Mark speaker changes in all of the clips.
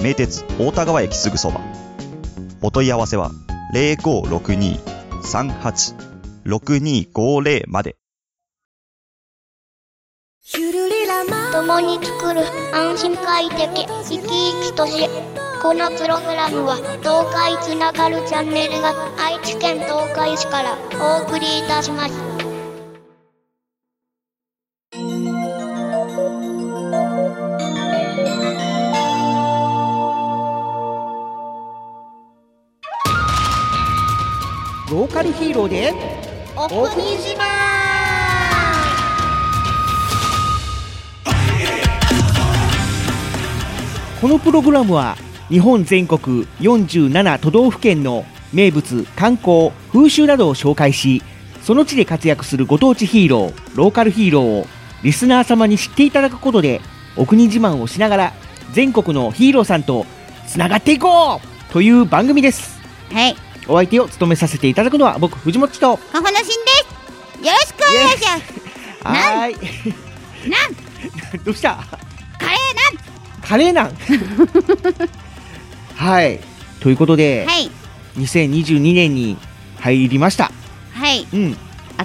Speaker 1: 名鉄大田川駅すぐそばお問い合わせは0562-38-6250まで
Speaker 2: ゆるりらま
Speaker 3: 共に作る安心快適生き生きとしこのプログラムは東海つながるチャンネルが愛知県東海市からお送りいたします
Speaker 4: ローカルヒーローで
Speaker 3: お
Speaker 4: 国自慢このプログラムは日本全国47都道府県の名物観光風習などを紹介しその地で活躍するご当地ヒーローローカルヒーローをリスナー様に知っていただくことでお国自慢をしながら全国のヒーローさんとつながっていこうという番組です
Speaker 5: はい、
Speaker 4: お相手を務めさせていただくのは僕藤本と
Speaker 5: カホナシンです。よろしくお願いします。
Speaker 4: はーい。
Speaker 5: なん、
Speaker 4: どうした
Speaker 5: カレ
Speaker 4: カレ ーなんはい。ということ
Speaker 5: ー、
Speaker 4: で
Speaker 5: なん。はい、
Speaker 4: 2022年に入りました。
Speaker 5: はい、
Speaker 4: うん。
Speaker 5: 明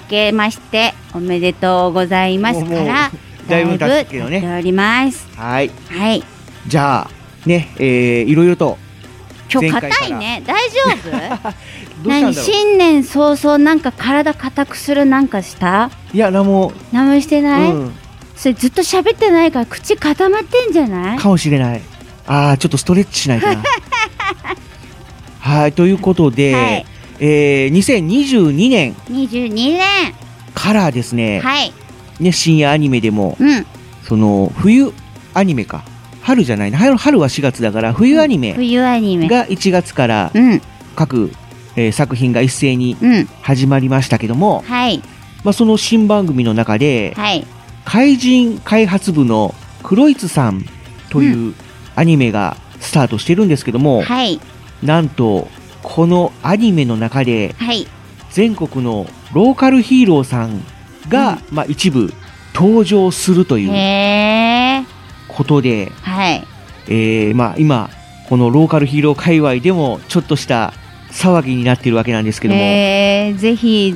Speaker 5: けましておめでとうございます
Speaker 4: も
Speaker 5: か
Speaker 4: うもう
Speaker 5: ら、
Speaker 4: だいぶ経
Speaker 5: だ
Speaker 4: っ
Speaker 5: い
Speaker 4: た
Speaker 5: ぶ
Speaker 4: けど
Speaker 5: 経
Speaker 4: ね
Speaker 5: っております。
Speaker 4: はい。
Speaker 5: はい、
Speaker 4: じゃあ、ね、えー、いろいろと、
Speaker 5: 今日
Speaker 4: 前回
Speaker 5: 硬いね、大丈夫？
Speaker 4: どうしたんだろう
Speaker 5: 新年早々なんか体硬くするなんかした？
Speaker 4: いや、何も、
Speaker 5: 何もしてない？
Speaker 4: うん、
Speaker 5: それずっと喋ってないから口固まってんじゃない？
Speaker 4: かもしれない。ああ、ちょっとストレッチしない とな。はい。ということで、
Speaker 5: はい
Speaker 4: えー、2022年
Speaker 5: 二十二年。
Speaker 4: からですね、
Speaker 5: はい、
Speaker 4: ね、深夜アニメでも、
Speaker 5: うん。
Speaker 4: その冬アニメか春じゃないな春春は4月だから冬アニメ
Speaker 5: 冬アニメ。
Speaker 4: が1月から
Speaker 5: うん、
Speaker 4: 各、えー作品が一斉に
Speaker 5: うん、
Speaker 4: 始まりましたけども、
Speaker 5: はい、
Speaker 4: まあ、その新番組の中で
Speaker 5: はい、
Speaker 4: 怪人開発部の黒いつさんというアニメがスタートしてるんですけども、
Speaker 5: はい、
Speaker 4: なんとこのアニメの中で
Speaker 5: はい。
Speaker 4: 全国のローカルヒーローさんが、まあ、一部登場するという
Speaker 5: へえ、
Speaker 4: ことで、
Speaker 5: はい。
Speaker 4: えーまあ、今、このローカルヒーロー界隈でもちょっとした騒ぎになってるわけなんですけども、
Speaker 5: えー、ぜひ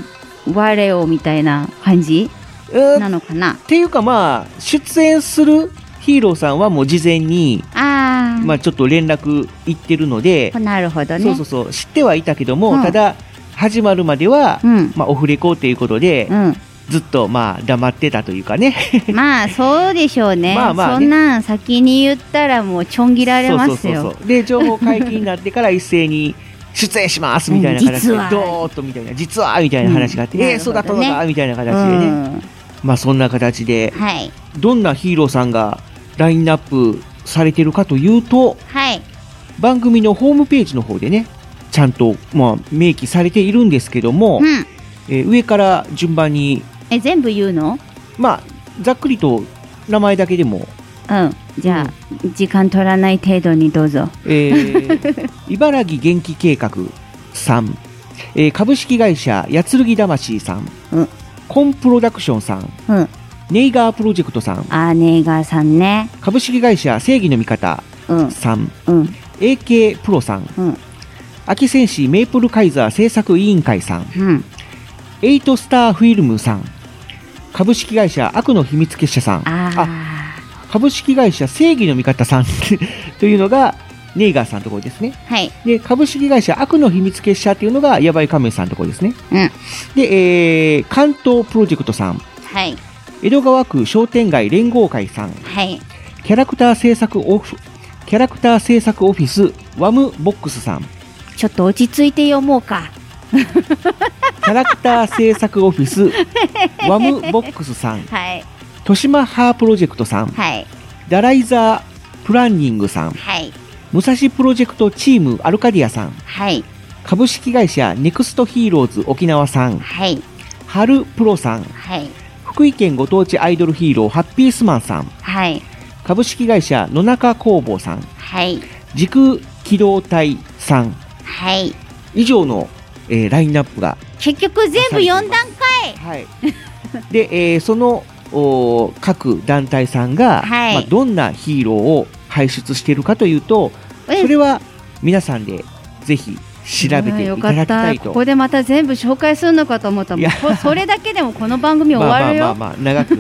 Speaker 5: 我をみたいな感じ
Speaker 4: うん
Speaker 5: な
Speaker 4: っ
Speaker 5: のかな。
Speaker 4: ていうか、まあ、出演するヒーローさんはもう事前に、
Speaker 5: ああ、
Speaker 4: まあ、ちょっと連絡行ってるので、
Speaker 5: なるほどね。
Speaker 4: そうそうそう知ってはいたけども、
Speaker 5: うん
Speaker 4: ただ、始まるまでは、
Speaker 5: うん、
Speaker 4: まあ、オフレコということで、
Speaker 5: う
Speaker 4: ずっとまあ黙ってたとい うかね、
Speaker 5: ん、まあそうでしょうね。
Speaker 4: まあまあね
Speaker 5: そんなん先に言ったらもうちょん切られ
Speaker 4: そう
Speaker 5: ま
Speaker 4: そう
Speaker 5: す
Speaker 4: そう
Speaker 5: よ。
Speaker 4: そうで情報解禁になってから一斉に出演しますみたいな形
Speaker 5: う
Speaker 4: で、
Speaker 5: ん実は
Speaker 4: どーっとみたいな実はみたいな話があって、
Speaker 5: うん
Speaker 4: え
Speaker 5: な
Speaker 4: ー、
Speaker 5: る
Speaker 4: そ
Speaker 5: ほ
Speaker 4: う
Speaker 5: ど
Speaker 4: だ
Speaker 5: ね
Speaker 4: ったのかみたいな形
Speaker 5: う
Speaker 4: でね、
Speaker 5: ん、
Speaker 4: まあそんな形で
Speaker 5: はい
Speaker 4: どんなヒーローさんがラインナップされてるかというと
Speaker 5: はい
Speaker 4: 番組のホームページの方でねちゃんと、まあ、明記されているんですけども、
Speaker 5: うん
Speaker 4: えー上から順番に、
Speaker 5: え全部言うの？
Speaker 4: まあ、ざっくりと名前だけでも、
Speaker 5: うんじゃあ、時間取らない程度にどうぞ。
Speaker 4: え ー茨城元気計画さん、えー株式会社やつるぎ魂さん、
Speaker 5: うん
Speaker 4: コンプロダクションさん
Speaker 5: うん
Speaker 4: ネイガープロジェクトさん
Speaker 5: あーネイガーさんね。
Speaker 4: 株式会社正義の味方
Speaker 5: うん
Speaker 4: さん
Speaker 5: うん
Speaker 4: AK プロさん、
Speaker 5: うん
Speaker 4: 秋戦士メイプルカイザー制作委員会さん、
Speaker 5: うん
Speaker 4: エイトスターフィルムさん、株式会社悪の秘密結社さん、
Speaker 5: あ
Speaker 4: 株式会社正義の味方さん というのがネイガーさんのところですね。
Speaker 5: あはい
Speaker 4: で、株式会社悪の秘密結社というのがヤバいカメさんのところですね。
Speaker 5: うん
Speaker 4: で、えー関東プロジェクトさん、
Speaker 5: はい
Speaker 4: 江戸川区商店街連合会さん、
Speaker 5: はい
Speaker 4: キャラクター制作オフ、キャラクター制作オフィス、ワムボックスさん、
Speaker 5: ちょっと落ち着いて読もうか。
Speaker 4: キャラクター制作オフ ィス、ワムボックスさん、
Speaker 5: はい
Speaker 4: 豊島ハープロジェクトさん、
Speaker 5: はい
Speaker 4: ダライザープランニングさん、
Speaker 5: はい
Speaker 4: 武蔵プロジェクトチームアルカディアさん、
Speaker 5: はい。
Speaker 4: 株式会社ネクストヒーローズ沖縄さん、
Speaker 5: はい。
Speaker 4: 春プロさん、
Speaker 5: はい。
Speaker 4: 福井県ご当地アイドルヒーローハッピースマンさん、
Speaker 5: はい。
Speaker 4: 株式会社野中工房さん、
Speaker 5: はい。
Speaker 4: 時空機動隊さん、
Speaker 5: はい。
Speaker 4: 以上の、えーラインナップが、
Speaker 5: 結局全部4段階
Speaker 4: はい、で、えーそのおー各団体さんが、
Speaker 5: はい
Speaker 4: まあ、どんなヒーローを輩出しているかというと
Speaker 5: え
Speaker 4: それは皆さんでぜひ調べ
Speaker 5: あー
Speaker 4: てい
Speaker 5: よ
Speaker 4: た
Speaker 5: か
Speaker 4: だ
Speaker 5: っ
Speaker 4: きた
Speaker 5: た
Speaker 4: いと
Speaker 5: ここでまた全部紹介するのかと思った
Speaker 4: い
Speaker 5: もん
Speaker 4: や
Speaker 5: こそれだけでもこの番組
Speaker 4: まあ
Speaker 5: 終わる
Speaker 4: まあ
Speaker 5: よ
Speaker 4: まあまあ長く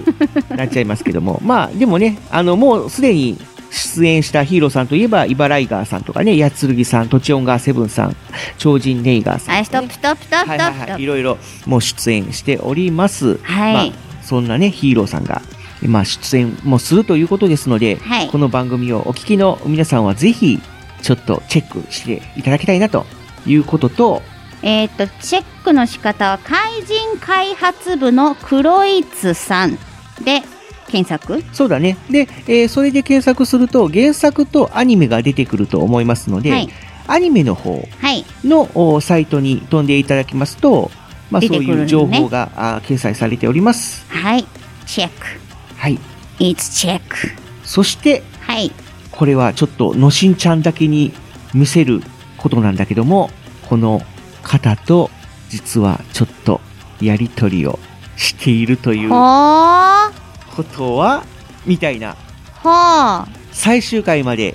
Speaker 4: なっちゃいますけども まあでもねあのもうすでに出演したヒーローさんといえばイバライガーさんとかね八剣さんとちおんガーセブンさん超人ネイガーさん
Speaker 5: はいストップストップストップ
Speaker 4: は
Speaker 5: ス
Speaker 4: い
Speaker 5: トップストッ
Speaker 4: はいはい、
Speaker 5: プ
Speaker 4: いろいろもう出演しております。
Speaker 5: はい
Speaker 4: まあ、そんなね、ヒーローさんが、まあ、出演もするということですので、
Speaker 5: はい
Speaker 4: この番組をお聞きの皆さんはぜひ、ちょっとチェックしていただきたいなということと、
Speaker 5: えっ、と、チェックの仕方は、怪人開発部のクロイツさんで検索
Speaker 4: そうだね。で、えーそれで検索すると、原作とアニメが出てくると思いますので、
Speaker 5: はい
Speaker 4: アニメの方
Speaker 5: はい。
Speaker 4: のおサイトに飛んでいただきますと、まあ、
Speaker 5: 出
Speaker 4: そ
Speaker 5: て
Speaker 4: う
Speaker 5: くるの
Speaker 4: い
Speaker 5: ね
Speaker 4: う情報が、あ掲載されております。
Speaker 5: はい。チェック。
Speaker 4: はい。
Speaker 5: It's check.
Speaker 4: そして、
Speaker 5: はい。
Speaker 4: これはちょっとのしんちゃんだけに見せることなんだけども、この方と実はちょっとやりとりをしているという
Speaker 5: ほー。
Speaker 4: ことは、みたいな
Speaker 5: ほー。
Speaker 4: 最終回まで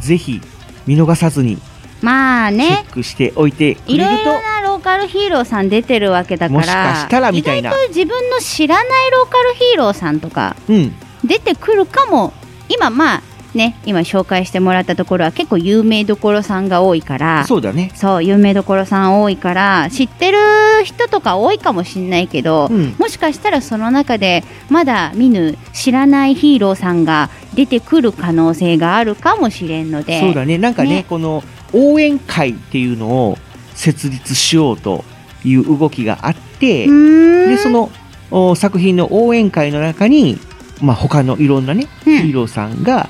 Speaker 4: ぜひ見逃さずに
Speaker 5: まあ
Speaker 4: チェ
Speaker 5: ね
Speaker 4: ッ。クしておいてくれ
Speaker 5: い
Speaker 4: る
Speaker 5: ろいろなローカルヒーローさん出てるわけだ
Speaker 4: と、
Speaker 5: から。
Speaker 4: もしかしたらみたいな
Speaker 5: 意。外と自分の知らないローカルヒーローさんとか
Speaker 4: うん。
Speaker 5: 出てくるかも。今まあね、今紹介してもらったところは結構有名どころさんが多いから。
Speaker 4: そうだね。
Speaker 5: そう有名どころさん多いから知ってる人とか多いかもしんないけど、
Speaker 4: うん。
Speaker 5: もしかしたらその中でまだ見ぬ知らないヒーローさんが出てくる可能性があるかもしれんので
Speaker 4: そうだね。なんかね、
Speaker 5: ね
Speaker 4: この応援会っていうのを設立しようという動きがあって、
Speaker 5: うーん
Speaker 4: でそのお作品の応援会の中に、まあ、他のいろんなね、
Speaker 5: うん
Speaker 4: ヒーローさんが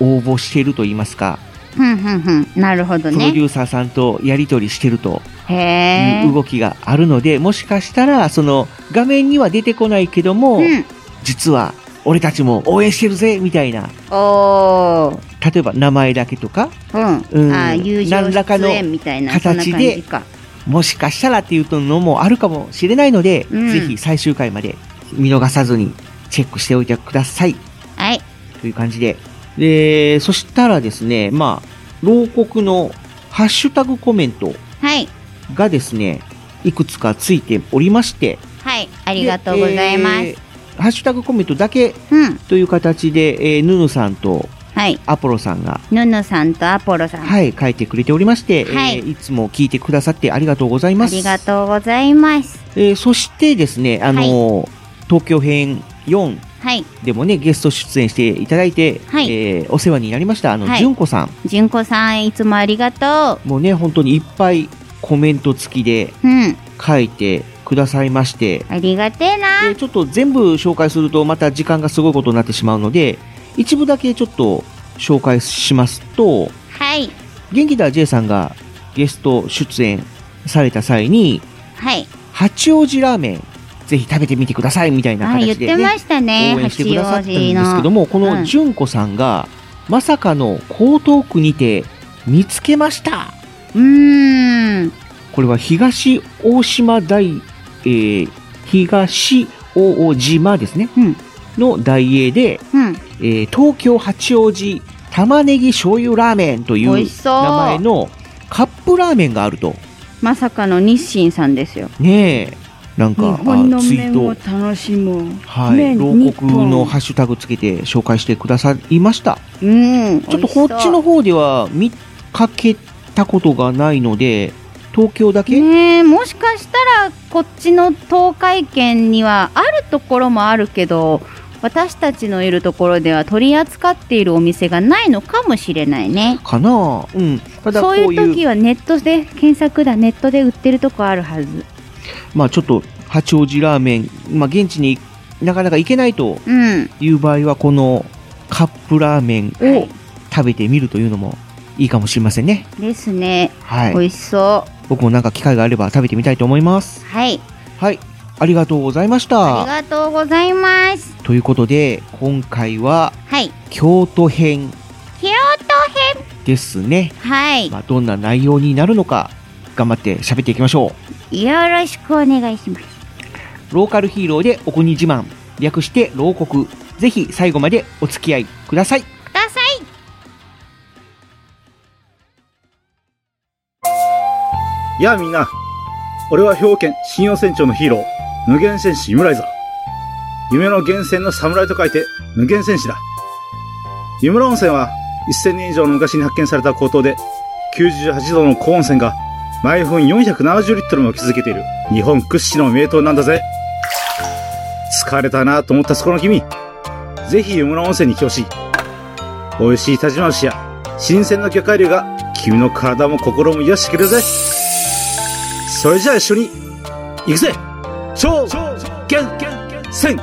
Speaker 5: うん
Speaker 4: 応募しているといいますか、
Speaker 5: ふんふんふんなるほど
Speaker 4: プロ
Speaker 5: ね
Speaker 4: デューサーさんとやり取りしてると
Speaker 5: へえ
Speaker 4: いう動きがあるので、もしかしたらその画面には出てこないけども、
Speaker 5: うん
Speaker 4: 実は俺たちも応援してるぜみたいな
Speaker 5: おー
Speaker 4: 例えば名前だけとか
Speaker 5: う
Speaker 4: うん
Speaker 5: ん、あー友情
Speaker 4: 何らか
Speaker 5: 出
Speaker 4: の
Speaker 5: 演みたいなそんな
Speaker 4: 形
Speaker 5: 感
Speaker 4: で
Speaker 5: じか
Speaker 4: もしかしたらっていうのもあるかもしれないので、
Speaker 5: うん
Speaker 4: ぜひ最終回まで見逃さずにチェックしておいてください。
Speaker 5: はい
Speaker 4: という感じで。で、そしたらですね、まあ、牢獄のハッシュタグコメント
Speaker 5: はい
Speaker 4: がですね、いくつかついておりまして。
Speaker 5: はいあ
Speaker 4: あ
Speaker 5: りがとうございます、
Speaker 4: ハッシュタグコメントだけ
Speaker 5: うん
Speaker 4: という形で、えーヌヌさんと
Speaker 5: はい
Speaker 4: アポロさんが、
Speaker 5: ヌヌさんとアポロさん、
Speaker 4: はい、書いてくれておりまして、
Speaker 5: はい
Speaker 4: えーいつも聞いてくださってありがとうござい
Speaker 5: あ
Speaker 4: ます。
Speaker 5: りがとうございます
Speaker 4: えーそしてですね、あのー東京編4
Speaker 5: はい
Speaker 4: でもね、ゲスト出演していただいて、
Speaker 5: はい
Speaker 4: えーお世話になりました、あの、
Speaker 5: はい
Speaker 4: 純子さん。
Speaker 5: 純子さんいつもありがと
Speaker 4: もうね、本当にいっぱいコメント付きで
Speaker 5: ううん
Speaker 4: 書いてくださいまして、
Speaker 5: ありがてえな
Speaker 4: でちょっと全部紹介するとまた時間がすごいことになってしまうので、一部だけちょっと紹介しますと、
Speaker 5: はい
Speaker 4: 元気だ J さんがゲスト出演された際に、
Speaker 5: はい
Speaker 4: 八王子ラーメン、ぜひ食べてみてくださいみたいな
Speaker 5: あ言っ
Speaker 4: 形で、
Speaker 5: て
Speaker 4: ね
Speaker 5: ましたね
Speaker 4: 応援してく
Speaker 5: 八
Speaker 4: ださった
Speaker 5: 王
Speaker 4: んで
Speaker 5: 子
Speaker 4: すけど
Speaker 5: の
Speaker 4: も、こ
Speaker 5: うん
Speaker 4: の純子さんが、まさかの江東区にて見つけました
Speaker 5: うーん
Speaker 4: これは東大島大、えー東大島ですね、
Speaker 5: うん
Speaker 4: の大英で、
Speaker 5: うん
Speaker 4: えー東京八王子玉ねぎ醤油ラーメンとい
Speaker 5: 美味
Speaker 4: う
Speaker 5: しそう
Speaker 4: 名前のカップラーメンがあると。
Speaker 5: まさかの日清さんですよ
Speaker 4: ねえ、なん
Speaker 5: 日
Speaker 4: か、
Speaker 5: 本の
Speaker 4: あツイ
Speaker 5: 麺
Speaker 4: ー
Speaker 5: を
Speaker 4: ト、
Speaker 5: 楽しもう
Speaker 4: はい、
Speaker 5: 麺
Speaker 4: 牢
Speaker 5: 日
Speaker 4: 獄
Speaker 5: 本
Speaker 4: のハッシュタグつけて紹介してくださいました。
Speaker 5: うん
Speaker 4: ちょっとこっちの方では見かけたことがないので、東京だ
Speaker 5: 美味しそう
Speaker 4: け、
Speaker 5: ねえもしかしたらこっちの東海圏にはあるところもあるけど私たちのいるところでは取り扱っているお店がないのかもしれないね
Speaker 4: かなうん。ただこ
Speaker 5: そうう
Speaker 4: いう、
Speaker 5: いう時はネットで検索だネットで売ってるとこあるはず
Speaker 4: まあちょっと八王子ラーメン、まあ現地になかなか行けないと
Speaker 5: うん
Speaker 4: いう場合は、このカップラーメン
Speaker 5: は
Speaker 4: を
Speaker 5: い
Speaker 4: 食べてみるというのもいいかもしれませんね。
Speaker 5: ですね。
Speaker 4: はい。
Speaker 5: 美味しそ
Speaker 4: 僕もなんか機会があれば食べてみたいと思います。
Speaker 5: う。はい。
Speaker 4: はい。ありがとうございまし
Speaker 5: ありが
Speaker 4: た。
Speaker 5: とうございます。
Speaker 4: ということで、今回は
Speaker 5: はい。
Speaker 4: 京都編
Speaker 5: 京都編。
Speaker 4: ですね。
Speaker 5: はい。
Speaker 4: まあ、どんな内容になるのか、頑張って喋っていきましょ
Speaker 5: よろしくお願いします。
Speaker 4: う。ローカルヒーローでお国自慢。略して、牢国。ぜひ最後までお付き合いください。
Speaker 5: ください。
Speaker 6: やあみんな、俺は兵庫県信用船長のヒーロー、無限戦士ムライザ。夢の源泉の侍と書いて無限戦士だ。湯村温泉は1000年以上の昔に発見された高騰で、98度の高温泉が毎分470リットルも吹き続けている日本屈指の名湯なんだぜ。疲れたなと思ったそこの君、ぜひ湯村温泉に来てほしい。美味しい田島牛や新鮮な魚介類が君の体も心も癒してくれるぜ。それじゃあ一緒に行くぜ超限戦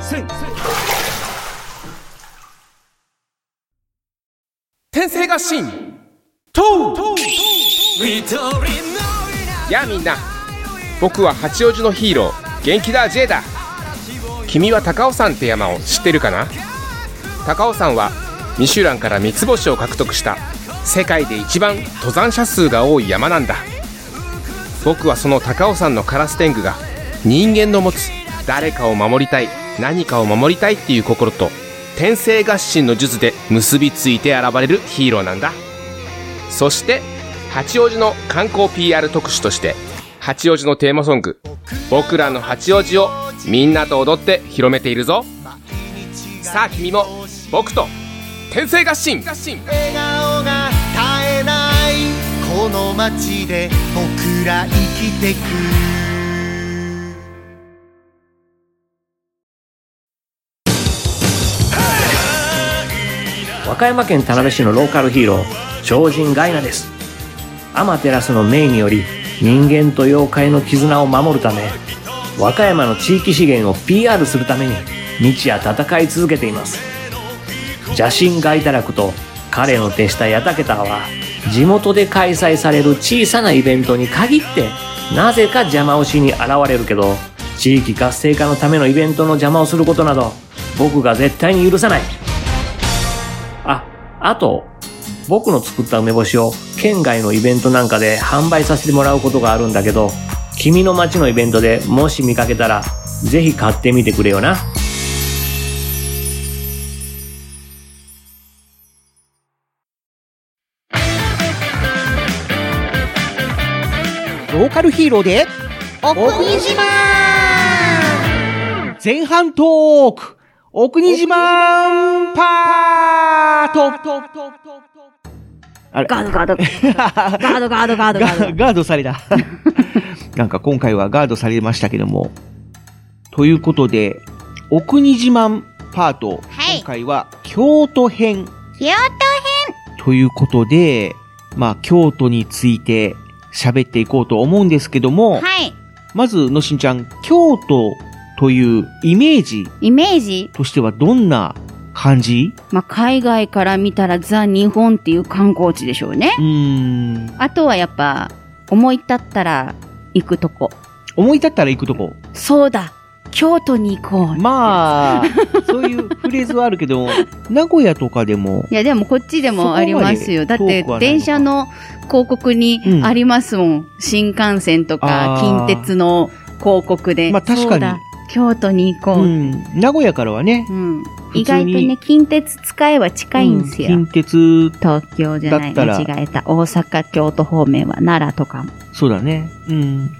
Speaker 7: 天性合心とやあみんな僕は八王子のヒーロー元気だ J だ君は高尾山って山を知ってるかな高尾山はミシュランから三つ星を獲得した世界で一番登山者数が多い山なんだ僕はその高尾山のカラス天狗が人間の持つ誰かを守りたい何かを守りたいっていう心と天性合心の術で結びついて現れるヒーローなんだそして八王子の観光 PR 特集として八王子のテーマソング「僕らの八王子」をみんなと踊って広めているぞさあ君も僕と天性合心
Speaker 8: 笑顔が絶えないこの街で僕ら生きてく
Speaker 9: 和歌山県田辺市のローカルヒーロー超人ガイナですアマテラスの命により人間と妖怪の絆を守るため和歌山の地域資源を PR するために日夜戦い続けています邪神ガイタラクと彼の手下ヤタケタは地元で開催される小さなイベントに限ってなぜか邪魔をしに現れるけど地域活性化のためのイベントの邪魔をすることなど僕が絶対に許さないあ、あと、僕の作った梅干しを県外のイベントなんかで販売させてもらうことがあるんだけど、君の街のイベントでもし見かけたら、ぜひ買ってみてくれよな。
Speaker 4: ローカルヒーローで、
Speaker 3: お国島
Speaker 4: 前半トークお国自慢パートあれ
Speaker 10: ガードガー ド。ガードガードガードガ
Speaker 4: ガ
Speaker 10: ード。
Speaker 4: ガードされた。なんか今回はガードされましたけども。ということで、お国自慢パート。
Speaker 5: はい
Speaker 4: 今回は京都編
Speaker 5: 京
Speaker 4: ということで、まあ京都について喋っていこうと思うんですけども、
Speaker 5: 都はい。
Speaker 4: まずのしんちゃん、京都というイメージ
Speaker 5: イメージ
Speaker 4: としてはどんな感じ
Speaker 5: まあ、海外から見たらザ・日本っていう観光地でしょうね。
Speaker 4: うーん。
Speaker 5: あとはやっぱ、思い立ったら行くとこ。
Speaker 4: 思い立ったら行くとこ。
Speaker 5: そうだ京都に行こう。
Speaker 4: まあ、そういうフレーズはあるけど、名古屋とかでも、
Speaker 5: いやでもこっちでもありますよ。
Speaker 4: そこ
Speaker 5: だ
Speaker 4: ま
Speaker 5: っ
Speaker 4: で
Speaker 5: て
Speaker 4: 遠くはない
Speaker 5: 電
Speaker 4: のか
Speaker 5: 車の広告にありますもん。新幹線とか
Speaker 4: あ
Speaker 5: 近
Speaker 4: ー
Speaker 5: 鉄の広告で。
Speaker 4: まあ確
Speaker 5: そ
Speaker 4: か
Speaker 5: う
Speaker 4: に
Speaker 5: だ。京都に行こ
Speaker 4: う
Speaker 5: う。
Speaker 4: ん、名古屋からはね、
Speaker 5: うん
Speaker 4: 普
Speaker 5: 意
Speaker 4: 通
Speaker 5: 外
Speaker 4: に
Speaker 5: とね、近鉄使えば近いんですよ。
Speaker 4: うん近鉄、
Speaker 5: 東京じゃない、
Speaker 4: だったら
Speaker 5: 間違えた。大阪、京都方面は奈良とかも。
Speaker 4: そうだね。うん。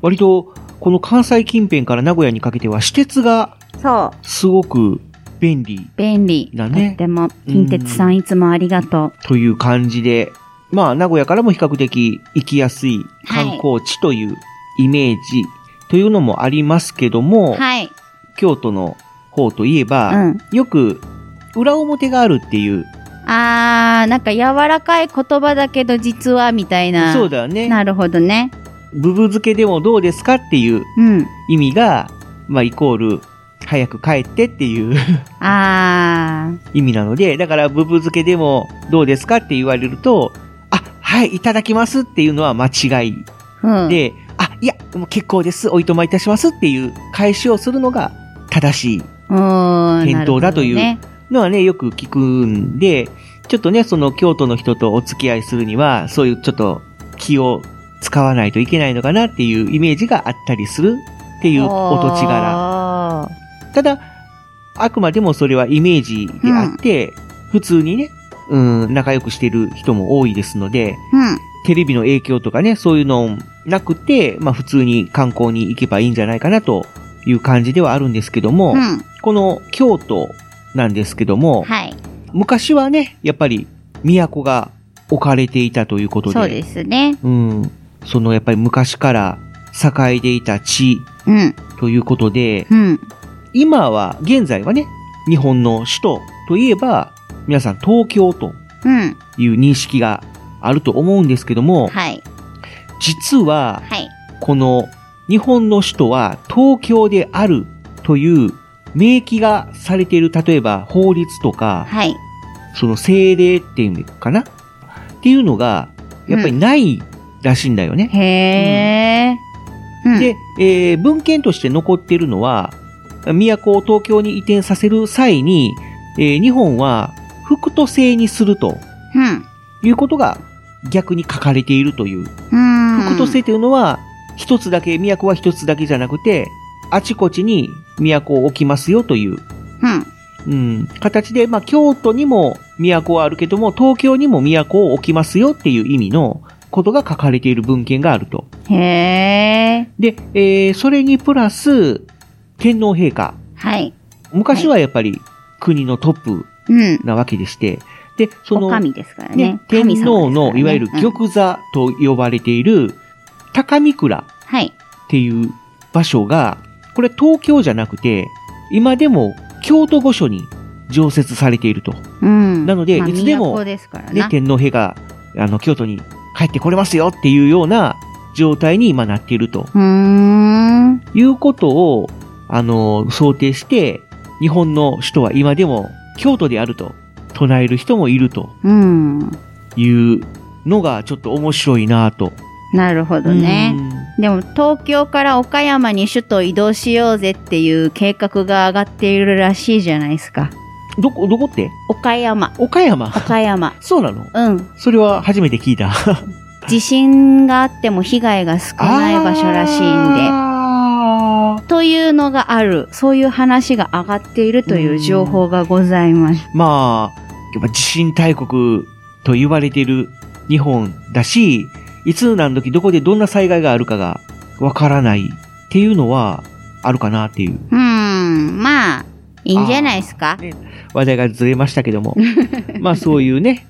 Speaker 4: 割と、この関西近辺から名古屋にかけては、私鉄が
Speaker 5: そう。
Speaker 4: すごく便利
Speaker 5: 便利。
Speaker 4: だね
Speaker 5: とっても、近鉄さ
Speaker 4: うん
Speaker 5: いつもありがとう。
Speaker 4: という感じで、まあ、名古屋からも比較的行きやすい観光地というイメージというのもありますけども、
Speaker 5: はい。
Speaker 4: 京都の方といえば、
Speaker 5: うん。
Speaker 4: よく裏表があるっていう。
Speaker 5: あー、なんか柔らかい言葉だけど実はみたいな。
Speaker 4: そうだよね。
Speaker 5: なるほどね。
Speaker 4: ブブ漬けでもどうですかっていう
Speaker 5: うん。
Speaker 4: 意味が、まあ、イコール、早く帰ってっていう
Speaker 5: あー。
Speaker 4: 意味なので、だから、ブブ漬けでもどうですかって言われると、あ、はい、いただきますっていうのは間違い。
Speaker 5: うん。
Speaker 4: で、あ、いや、もう結構です、おいとまいたしますっていう返しをするのが正しいう
Speaker 5: ーん、
Speaker 4: 返答だという
Speaker 5: なるほどね
Speaker 4: のはね、よく聞くんで、ちょっとね、その京都の人とお付き合いするには、そういうちょっと気を使わないといけないのかなっていうイメージがあったりするっていうお土地柄。
Speaker 5: あー
Speaker 4: ただ、あくまでもそれはイメージであって、普通にね、うん、仲良くしてる人も多いですので、
Speaker 5: うん。
Speaker 4: テレビの影響とかね、そういうのなくて、まあ普通に観光に行けばいいんじゃないかなという感じではあるんですけども、
Speaker 5: うん。
Speaker 4: この京都なんですけども、
Speaker 5: はい。
Speaker 4: 昔はね、やっぱり都が置かれていたということで、
Speaker 5: そうですね。
Speaker 4: うん、そのやっぱり昔から栄えていた地
Speaker 5: うん。
Speaker 4: ということで、
Speaker 5: うん。
Speaker 4: 今は、現在はね、日本の首都といえば、皆さん東京と
Speaker 5: うん。
Speaker 4: いう認識があると思うんですけども、
Speaker 5: はい。
Speaker 4: 実は、
Speaker 5: はい。
Speaker 4: この日本の首都は東京であるという明記がされている、例えば法律とか、
Speaker 5: はい。
Speaker 4: その政令っていうのかなっていうのが、やっぱりないらしいんだよね。
Speaker 5: へー。うん。
Speaker 4: で、えー文献として残っているのは、都を東京に移転させる際に、えー日本は副都制にすると
Speaker 5: うん。
Speaker 4: いうことが逆に書かれているという。
Speaker 5: うん。
Speaker 4: 副都制というのは、一つだけ、都は一つだけじゃなくて、あちこちに都を置きますよという、
Speaker 5: うん。
Speaker 4: うん、形で、まあ、京都にも都はあるけども、東京にも都を置きますよっていう意味のことが書かれている文献があると。
Speaker 5: へー。
Speaker 4: で、えーそれにプラス、天皇陛下。
Speaker 5: はい。
Speaker 4: 昔はやっぱり国のトップ
Speaker 5: うん。
Speaker 4: なわけでして、で、そ
Speaker 5: お
Speaker 4: の、
Speaker 5: 神ですからね
Speaker 4: ね。天
Speaker 5: 神様ですからね
Speaker 4: 皇のいわゆる
Speaker 5: うん
Speaker 4: 玉座と呼ばれている高見倉
Speaker 5: はい。
Speaker 4: っていう場所が、これ東京じゃなくて、今でも京都御所に常設されていると。
Speaker 5: うん。
Speaker 4: なので
Speaker 5: まあ
Speaker 4: いつでも
Speaker 5: 都ですから
Speaker 4: ね
Speaker 5: な、。
Speaker 4: 天皇陛下、あの、京都に帰ってこれますよっていうような状態に今なっていると
Speaker 5: うーん。
Speaker 4: いうことを、あの、想定して、日本の首都は今でも京都であると唱える人もいると
Speaker 5: うん。
Speaker 4: いうのがちょっと面白いなぁと。
Speaker 5: なるほどね。でも東京から岡山に首都移動しようぜっていう計画が上がっているらしいじゃないですか。
Speaker 4: うんどこ、どこって
Speaker 5: 岡山。
Speaker 4: 岡山。
Speaker 5: 岡山。
Speaker 4: そうなの
Speaker 5: うん。
Speaker 4: それは初めて聞いた。
Speaker 5: 地震があっても被害が少ない場所らしいんで。
Speaker 4: んで。
Speaker 5: というのがある。そういう話が上がっているという情報がございます。
Speaker 4: まあ、やっぱ地震大国と言われている日本だし、いつ何時どこでどんな災害があるかがわからないっていうのはあるかなっていう
Speaker 5: うーん。まあ、いいんじゃないですか。
Speaker 4: 話題がずれましたけど も。まあそういうね、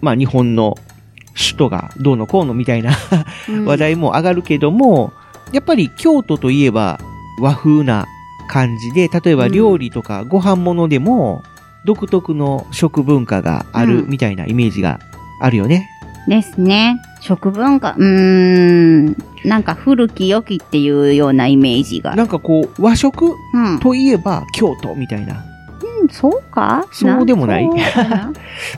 Speaker 4: まあ日本の首都がどうのこうのみたいな
Speaker 5: うん
Speaker 4: 話題も上がるけども、やっぱり京都といえば和風な感じで、例えば料理とかご飯物でも独特の食文化がある
Speaker 5: うん
Speaker 4: みたいなイメージがあるよね。
Speaker 5: ですね。食文化、うーん。なんか古き良きっていうようなイメージが。
Speaker 4: なんかこう和食
Speaker 5: うん。
Speaker 4: といえば京都みたいな。
Speaker 5: そうか
Speaker 4: そうでも ない
Speaker 5: んそうかな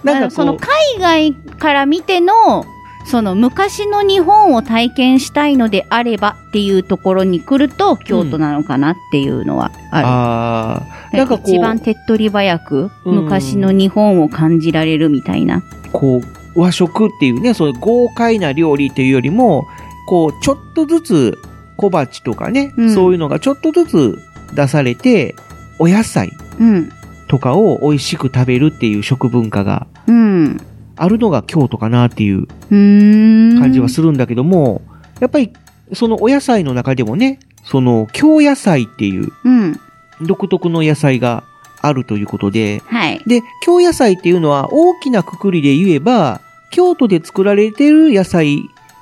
Speaker 4: な
Speaker 5: あ
Speaker 4: んか
Speaker 5: の
Speaker 4: こ
Speaker 5: そうの海外から見ての、その昔の日本を体験したいのであればっていうところに来ると京都なのかなっていうのはあ
Speaker 4: あー
Speaker 5: る。
Speaker 4: なんかこ
Speaker 5: 一番手っ取り早く
Speaker 4: うん
Speaker 5: 昔の日本を感じられるみたいな。
Speaker 4: う、こう和食っていうね、そういう豪快な料理というよりも、こうちょっとずつ小鉢とかね、
Speaker 5: うん
Speaker 4: そういうのがちょっとずつ出されて、お野菜
Speaker 5: うん。
Speaker 4: とかを美味しく食べるっていう食文化が
Speaker 5: うん。
Speaker 4: あるのが京都かなっていう
Speaker 5: うーん。
Speaker 4: 感じはするんだけども、やっぱりそのお野菜の中でもね、その京野菜っていう
Speaker 5: うん。
Speaker 4: 独特の野菜があるということで、
Speaker 5: はい。
Speaker 4: で、京野菜っていうのは大きなくくりで言えば、京都で作られている野菜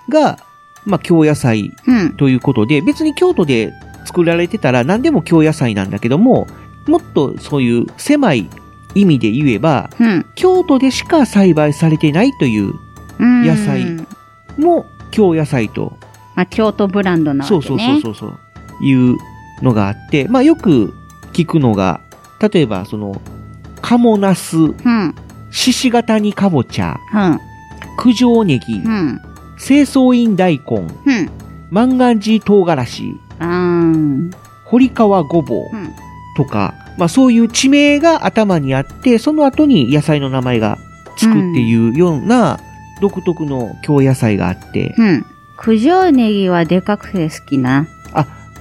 Speaker 4: が、まあ京野菜
Speaker 5: うん。
Speaker 4: ということで、別に京都で作られてたら何でも京野菜なんだけども、もっとそういう狭い意味で言えば、
Speaker 5: うん。
Speaker 4: 京都でしか栽培されてないという、
Speaker 5: うん
Speaker 4: 野菜も京野菜と、
Speaker 5: まあ、京都ブランドなわけ
Speaker 4: そ
Speaker 5: ね。
Speaker 4: うそうそうそうそう、いうのがあって、まあよく聞くのが、例えばその、カモナス、
Speaker 5: うん。
Speaker 4: 獅子型にかぼちゃ、
Speaker 5: うん。
Speaker 4: 九条ネギ、
Speaker 5: うん。
Speaker 4: 清掃員大根、
Speaker 5: うん。
Speaker 4: 万願寺唐辛子、
Speaker 5: あーん。
Speaker 4: 堀川ごぼう
Speaker 5: うん
Speaker 4: とか、まあそういう地名が頭にあって、その後に野菜の名前がつくっていうような独特の京野菜があって、
Speaker 5: うん。九条ネギはでかくて好きな。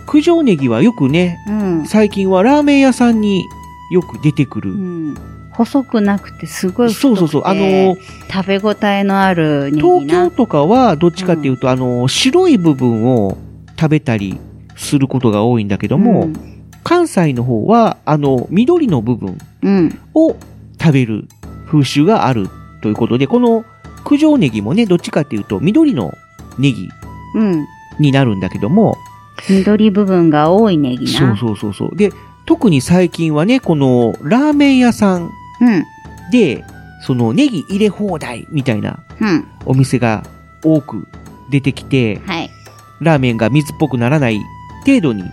Speaker 4: 九条ネギはよくね、
Speaker 5: うん。
Speaker 4: 最近はラーメン屋さんによく出てく
Speaker 5: う
Speaker 4: る。
Speaker 5: ん。細くなくてすごい太
Speaker 4: そ
Speaker 5: く
Speaker 4: う
Speaker 5: て
Speaker 4: そうそう、あの、
Speaker 5: 食べ応えのあるネギ
Speaker 4: 東
Speaker 5: な。
Speaker 4: 京とかはどっちかっていうと、あの、白い部分を食べたりすることが多いんだけども、
Speaker 5: うん
Speaker 4: 関西の方は、あの、緑の部分
Speaker 5: うん。
Speaker 4: を食べる風習があるということで、この九条ネギもね、どっちかっていうと緑のネギ
Speaker 5: うん。
Speaker 4: になるんだけども、
Speaker 5: 緑部分が多いネギな。
Speaker 4: そうそうそうそう。で、特に最近はね、このラーメン屋さん
Speaker 5: うん。
Speaker 4: で、そのネギ入れ放題みたいな
Speaker 5: うん。
Speaker 4: お店が多く出てきて、
Speaker 5: はい。
Speaker 4: ラーメンが水っぽくならない程度に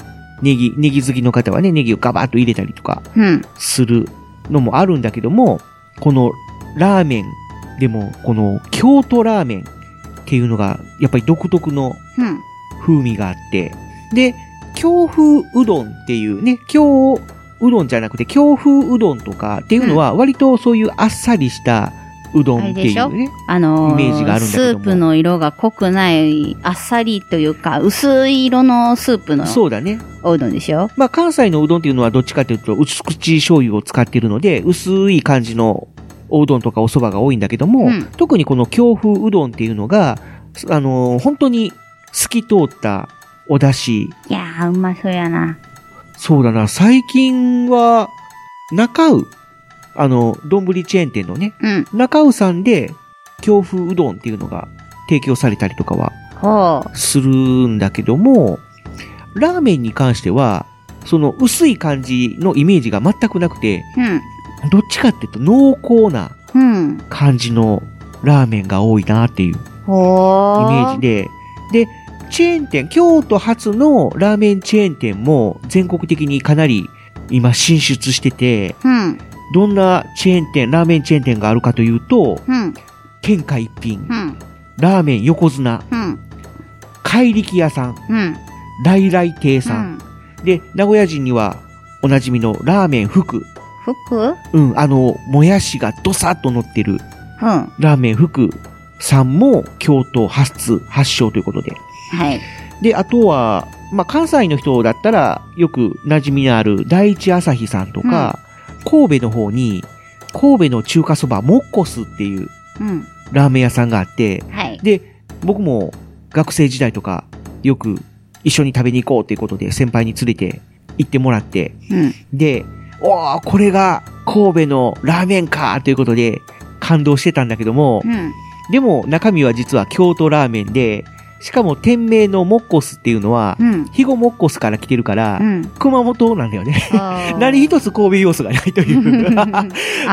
Speaker 4: ネギ、ネギ好きの方はね、ネギをガバッと入れたりとか
Speaker 5: うん。
Speaker 4: するのもあるんだけども、このラーメンでも、この京都ラーメンっていうのがやっぱり独特の
Speaker 5: うん。
Speaker 4: 風味があって、で、京風うどんっていうね、京うどんじゃなくて京風うどんとかっていうのは割とそういうあっさりしたうどんっていうね、
Speaker 5: あのー
Speaker 4: イメージがあるんだけ
Speaker 5: ス
Speaker 4: ど
Speaker 5: ー
Speaker 4: も
Speaker 5: プの色が濃くない、あっさりというか、薄い色のスープの
Speaker 4: そうだね。
Speaker 5: おうどんでしょ
Speaker 4: まあ、関西のうどんっていうのはどっちかというと薄口醤油を使っているので、薄い感じのおうどんとかお蕎麦が多いんだけども、
Speaker 5: うん
Speaker 4: 特にこの京風うどんっていうのが、すあのー本当に透き通ったお出汁。
Speaker 5: いやー、うまそうやな。
Speaker 4: そうだな、最近は、中う、あの、丼チェーン店のね、
Speaker 5: うん。
Speaker 4: 中うさんで京風うどんっていうのが提供されたりとかは
Speaker 5: ほう。
Speaker 4: するんだけども、ラーメンに関しては、その薄い感じのイメージが全くなくて、
Speaker 5: うん。
Speaker 4: どっちかっていうと濃厚な
Speaker 5: うん。
Speaker 4: 感じのラーメンが多いなっていうイメ
Speaker 5: ほう。
Speaker 4: ージで、で、チェーン店、京都発のラーメンチェーン店も全国的にかなり今進出してて、
Speaker 5: うん。
Speaker 4: どんなチェーン店、ラーメンチェーン店があるかというと、
Speaker 5: うん。
Speaker 4: 天下一品、
Speaker 5: うん。
Speaker 4: ラーメン横綱、
Speaker 5: うん。
Speaker 4: 怪力屋さん、
Speaker 5: うん。
Speaker 4: 来来亭
Speaker 5: う
Speaker 4: さん、
Speaker 5: ん。
Speaker 4: で、名古屋人にはおなじみのラーメン福。
Speaker 5: 服うん。
Speaker 4: うん、あの、もやしがドサッと乗ってる
Speaker 5: は
Speaker 4: ラーメン福さんも京都発、発祥ということで。
Speaker 5: い。
Speaker 4: で、あとは、まあ、関西の人だったらよく馴染みのある第一朝日さんとか、神戸の方に、神戸の中華そばモッコスっていう
Speaker 5: うん。
Speaker 4: ラーメン屋さんがあって、
Speaker 5: はい。
Speaker 4: で、僕も学生時代とかよく一緒に食べに行こうということで先輩に連れて行ってもらって、
Speaker 5: うん。
Speaker 4: で、おー、これが神戸のラーメンかということで感動してたんだけども、
Speaker 5: うん。
Speaker 4: でも中身は実は京都ラーメンで、しかも店名のモッコスっていうのは
Speaker 5: う、ん。
Speaker 4: 肥後モッコスから来てるから
Speaker 5: う、ん。
Speaker 4: 熊本なんだよね。
Speaker 5: あー
Speaker 4: 何一つ神戸要素がないという。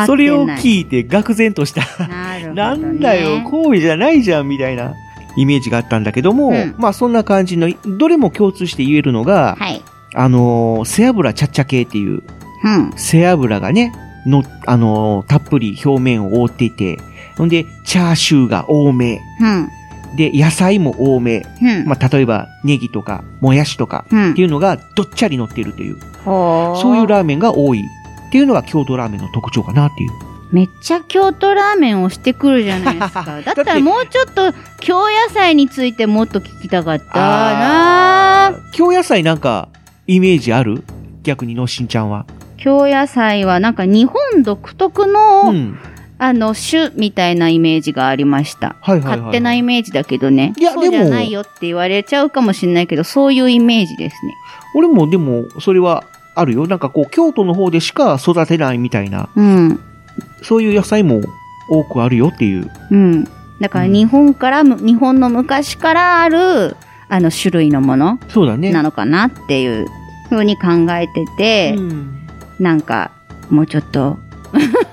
Speaker 4: それを
Speaker 5: い
Speaker 4: 聞いて愕然とした。
Speaker 5: てな
Speaker 4: ない
Speaker 5: るほどね
Speaker 4: んだよ、神戸じゃないじゃん、みたいなイメージがあったんだけども、
Speaker 5: うん
Speaker 4: まあそんな感じの、どれも共通して言えるのが、
Speaker 5: はい。
Speaker 4: あのー背脂ちゃっちゃ系っていう、
Speaker 5: うん。
Speaker 4: 背脂がね、の、あのーたっぷり表面を覆っていて、ほんで、チャーシューが多め、
Speaker 5: うん。
Speaker 4: で、野菜も多め、
Speaker 5: うん。
Speaker 4: まあ、例えば、ネギとか、もやしとか、
Speaker 5: うん
Speaker 4: っていうのがどっちゃり乗ってるという、
Speaker 5: ほう
Speaker 4: そういうラーメンが多いっていうのが京都ラーメンの特徴かなっていう。
Speaker 5: めっちゃ京都ラーメンをしてくるじゃないです
Speaker 4: だっ
Speaker 5: か。
Speaker 4: て
Speaker 5: だったらもうちょっと京野菜についてもっと聞きたかったなぁ。
Speaker 4: ー京野菜なんか、イメージある逆にのしんちゃんは。
Speaker 5: 京野菜はなんか日本独特の、
Speaker 4: うん。
Speaker 5: あの種みたいなイメージがありました。
Speaker 4: はいはいはい、
Speaker 5: 勝手なイメージだけどね。
Speaker 4: いや
Speaker 5: そうじ
Speaker 4: で
Speaker 5: ゃ
Speaker 4: も
Speaker 5: ないよって言われちゃうかもしれないけど、そういうイメージですね。
Speaker 4: 俺もでも、それはあるよ。なんかこう、京都の方でしか育てないみたいな、
Speaker 5: うん。
Speaker 4: そういう野菜も多くあるよっていう。
Speaker 5: うん。だから日本から、日本の昔からある、あの種類のもの
Speaker 4: そうだね。
Speaker 5: なのかなっていうふうに考えてて、
Speaker 4: うん
Speaker 5: なんか、もうちょっと、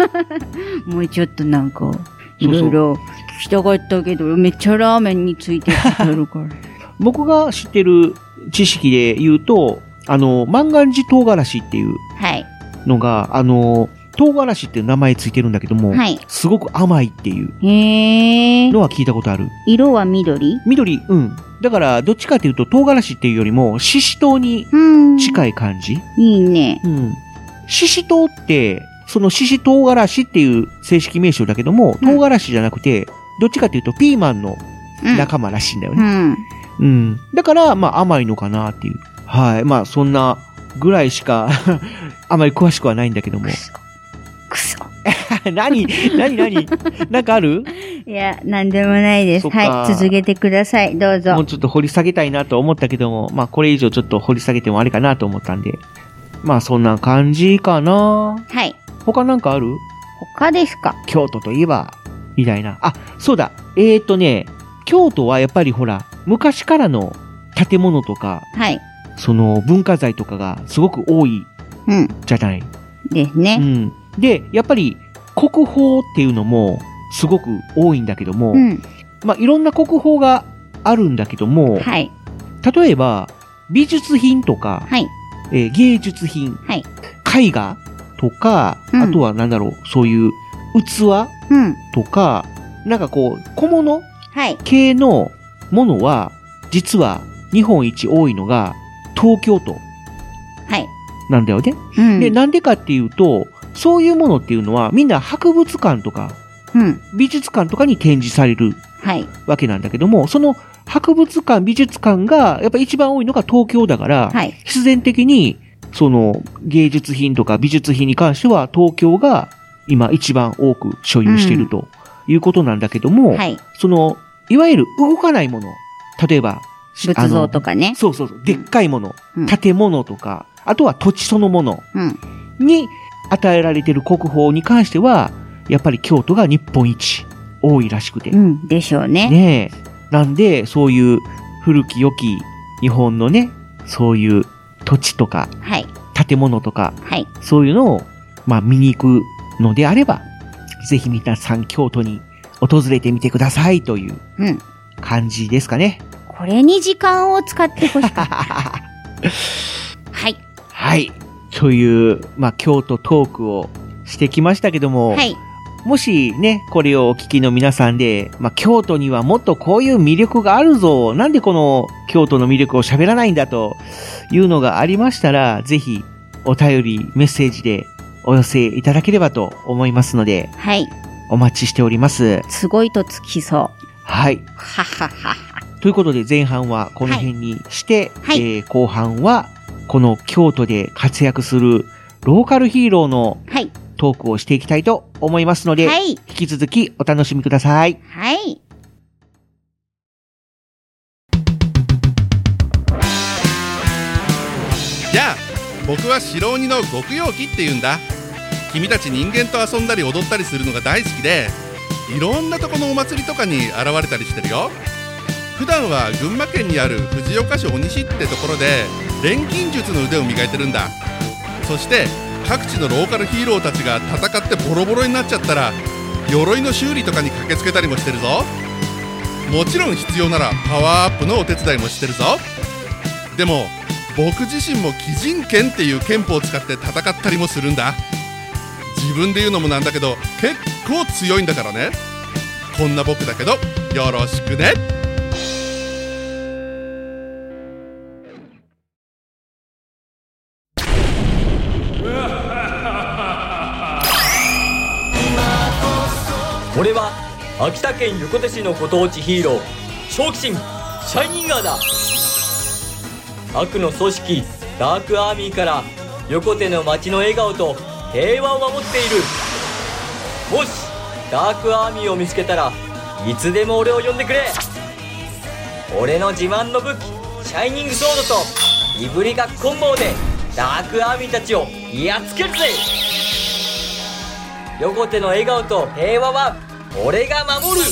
Speaker 5: もうちょっとなんか、いろいろ聞きたかったけど、めっちゃラーメンについて聞いてる から。
Speaker 4: 僕が知ってる知識で言うと、あの、万願寺唐辛子っていう
Speaker 5: はい。
Speaker 4: のが、あの、唐辛子っていう名前ついてるんだけども、
Speaker 5: はい
Speaker 4: すごく甘いっていう
Speaker 5: へえ
Speaker 4: のは聞いたことある。
Speaker 5: 色は緑
Speaker 4: 緑、うん。だから、どっちかっていうと、唐辛子っていうよりも、シシトウに
Speaker 5: うん
Speaker 4: 近い感じ。
Speaker 5: いいね
Speaker 4: うん。 シシトウって、そのシシトウガラシっていう正式名称だけども、
Speaker 5: うん
Speaker 4: 唐辛子じゃなくて、どっちかっていうと、ピーマンの
Speaker 5: うん
Speaker 4: 仲間らしいんだよ
Speaker 5: う
Speaker 4: ね。
Speaker 5: ん
Speaker 4: うん。だから、まあ、甘いのかなっていう。はい。まあ、そんなぐらいしか、 あまり詳しくはないんだけども。
Speaker 5: くそ
Speaker 4: 何何 何なんかある
Speaker 5: いやなんでもないです
Speaker 4: そっか
Speaker 5: はい続けてくださいどうぞ
Speaker 4: もうちょっと掘り下げたいなと思ったけども、まあ、これ以上ちょっと掘り下げてもあれかなと思ったんで。まあ、そんな感じかな。
Speaker 5: はい
Speaker 4: 他なんかある
Speaker 5: 他ですか
Speaker 4: 京都といえば、みたいな。あ、そうだ。えー、とね、京都はやっぱりほら、昔からの建物とか、
Speaker 5: はい
Speaker 4: その文化財とかがすごく多い
Speaker 5: うん
Speaker 4: じゃない。
Speaker 5: です
Speaker 4: う
Speaker 5: ね
Speaker 4: ん。で、やっぱり国宝っていうのもすごく多いんだけども、
Speaker 5: うん
Speaker 4: まあ、いろんな国宝があるんだけども、
Speaker 5: はい
Speaker 4: 例えば、美術品とか、
Speaker 5: はい
Speaker 4: えー芸術品、
Speaker 5: はい
Speaker 4: 絵画とか、
Speaker 5: うん
Speaker 4: あとはなんだろう、そういう器
Speaker 5: うん
Speaker 4: とか、なんかこう、小物
Speaker 5: はい
Speaker 4: 系のものは、実は日本一多いのが東京都
Speaker 5: はい
Speaker 4: なんだよね。
Speaker 5: うん
Speaker 4: で、なんでかっていうと、そういうものっていうのはみんな博物館とか
Speaker 5: うん
Speaker 4: 美術館とかに展示される
Speaker 5: はい
Speaker 4: わけなんだけども、その博物館、美術館がやっぱ一番多いのが東京だから、
Speaker 5: はい
Speaker 4: 必然的にその芸術品とか美術品に関しては東京が今一番多く所有しているということなんだけども、
Speaker 5: はい
Speaker 4: その、いわゆる動かないもの。例えば、
Speaker 5: 仏像とか
Speaker 4: あ
Speaker 5: ね
Speaker 4: のそうそうそう。でっかいもの。
Speaker 5: うん
Speaker 4: 建物とか、あとは土地そのもの
Speaker 5: うん
Speaker 4: に与えられている国宝に関しては、やっぱり京都が日本一多いらしくて。
Speaker 5: うんでしょうね
Speaker 4: ねえ。なんで、そういう古き良き日本のね、そういう土地とか
Speaker 5: はい
Speaker 4: 建物とか、
Speaker 5: はい
Speaker 4: そういうのを、まあ、見に行くのであれば、ぜひ皆さん京都に訪れてみてくださいという
Speaker 5: うん
Speaker 4: 感じですかね。
Speaker 5: これに時間を使ってほしかった はい
Speaker 4: はい。という、まあ、京都トークをしてきましたけども、
Speaker 5: はい
Speaker 4: もしね、これをお聞きの皆さんで、まあ、京都にはもっとこういう魅力があるぞ。なんでこの京都の魅力を喋らないんだというのがありましたら、ぜひお便り、メッセージでお寄せいただければと思いますので、
Speaker 5: はい
Speaker 4: お待ちしております。
Speaker 5: すごいとつきそう
Speaker 4: はい。
Speaker 5: ははは
Speaker 4: ということで前半はこの辺にして、
Speaker 5: はい
Speaker 4: えー後半はこの京都で活躍するローカルヒーローの
Speaker 5: はい
Speaker 4: トークをしていきたいと思いますので、
Speaker 5: はい
Speaker 4: 引き続きお楽しみください。
Speaker 5: はい
Speaker 11: やあ僕は白鬼の極陽気って言うんだ君たち人間と遊んだり踊ったりするのが大好きでいろんなとこのお祭りとかに現れたりしてるよ普段は群馬県にある藤岡市鬼市ってところで錬金術の腕を磨いてるんだそして各地のローカルヒーローたちが戦ってボロボロになっちゃったら鎧の修理とかに駆けつけたりもしてるぞもちろん必要ならパワーアップのお手伝いもしてるぞでも僕自身も鬼人剣っていう剣法を使って戦ったりもするんだ自分で言うのもなんだけど結構強いんだからねこんな僕だけどよろしくね
Speaker 12: 俺は秋田県横手市のご当地ヒーロー正気神シャイニンガーだ悪の組織ダークアーミーから横手の街の笑顔と平和を守っているもしダークアーミーを見つけたらいつでも俺を呼んでくれ俺の自慢の武器シャイニングソードといぶりがっこん棒でダークアーミーたちをやっつけるぜ横手の笑顔と平和は俺が守る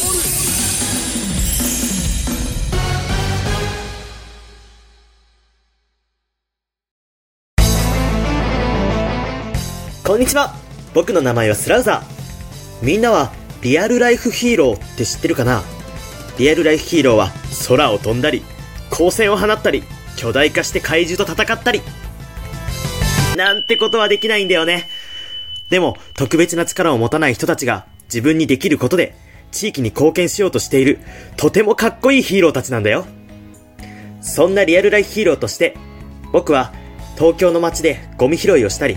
Speaker 13: こんにちは僕の名前はスラウザーみんなはリアルライフヒーローって知ってるかなリアルライフヒーローは空を飛んだり光線を放ったり巨大化して怪獣と戦ったりなんてことはできないんだよねでも、特別な力を持たない人たちが自分にできることで、地域に貢献しようとしている、とてもかっこいいヒーローたちなんだよ。そんなリアルライフヒーローとして、僕は東京の街でゴミ拾いをしたり、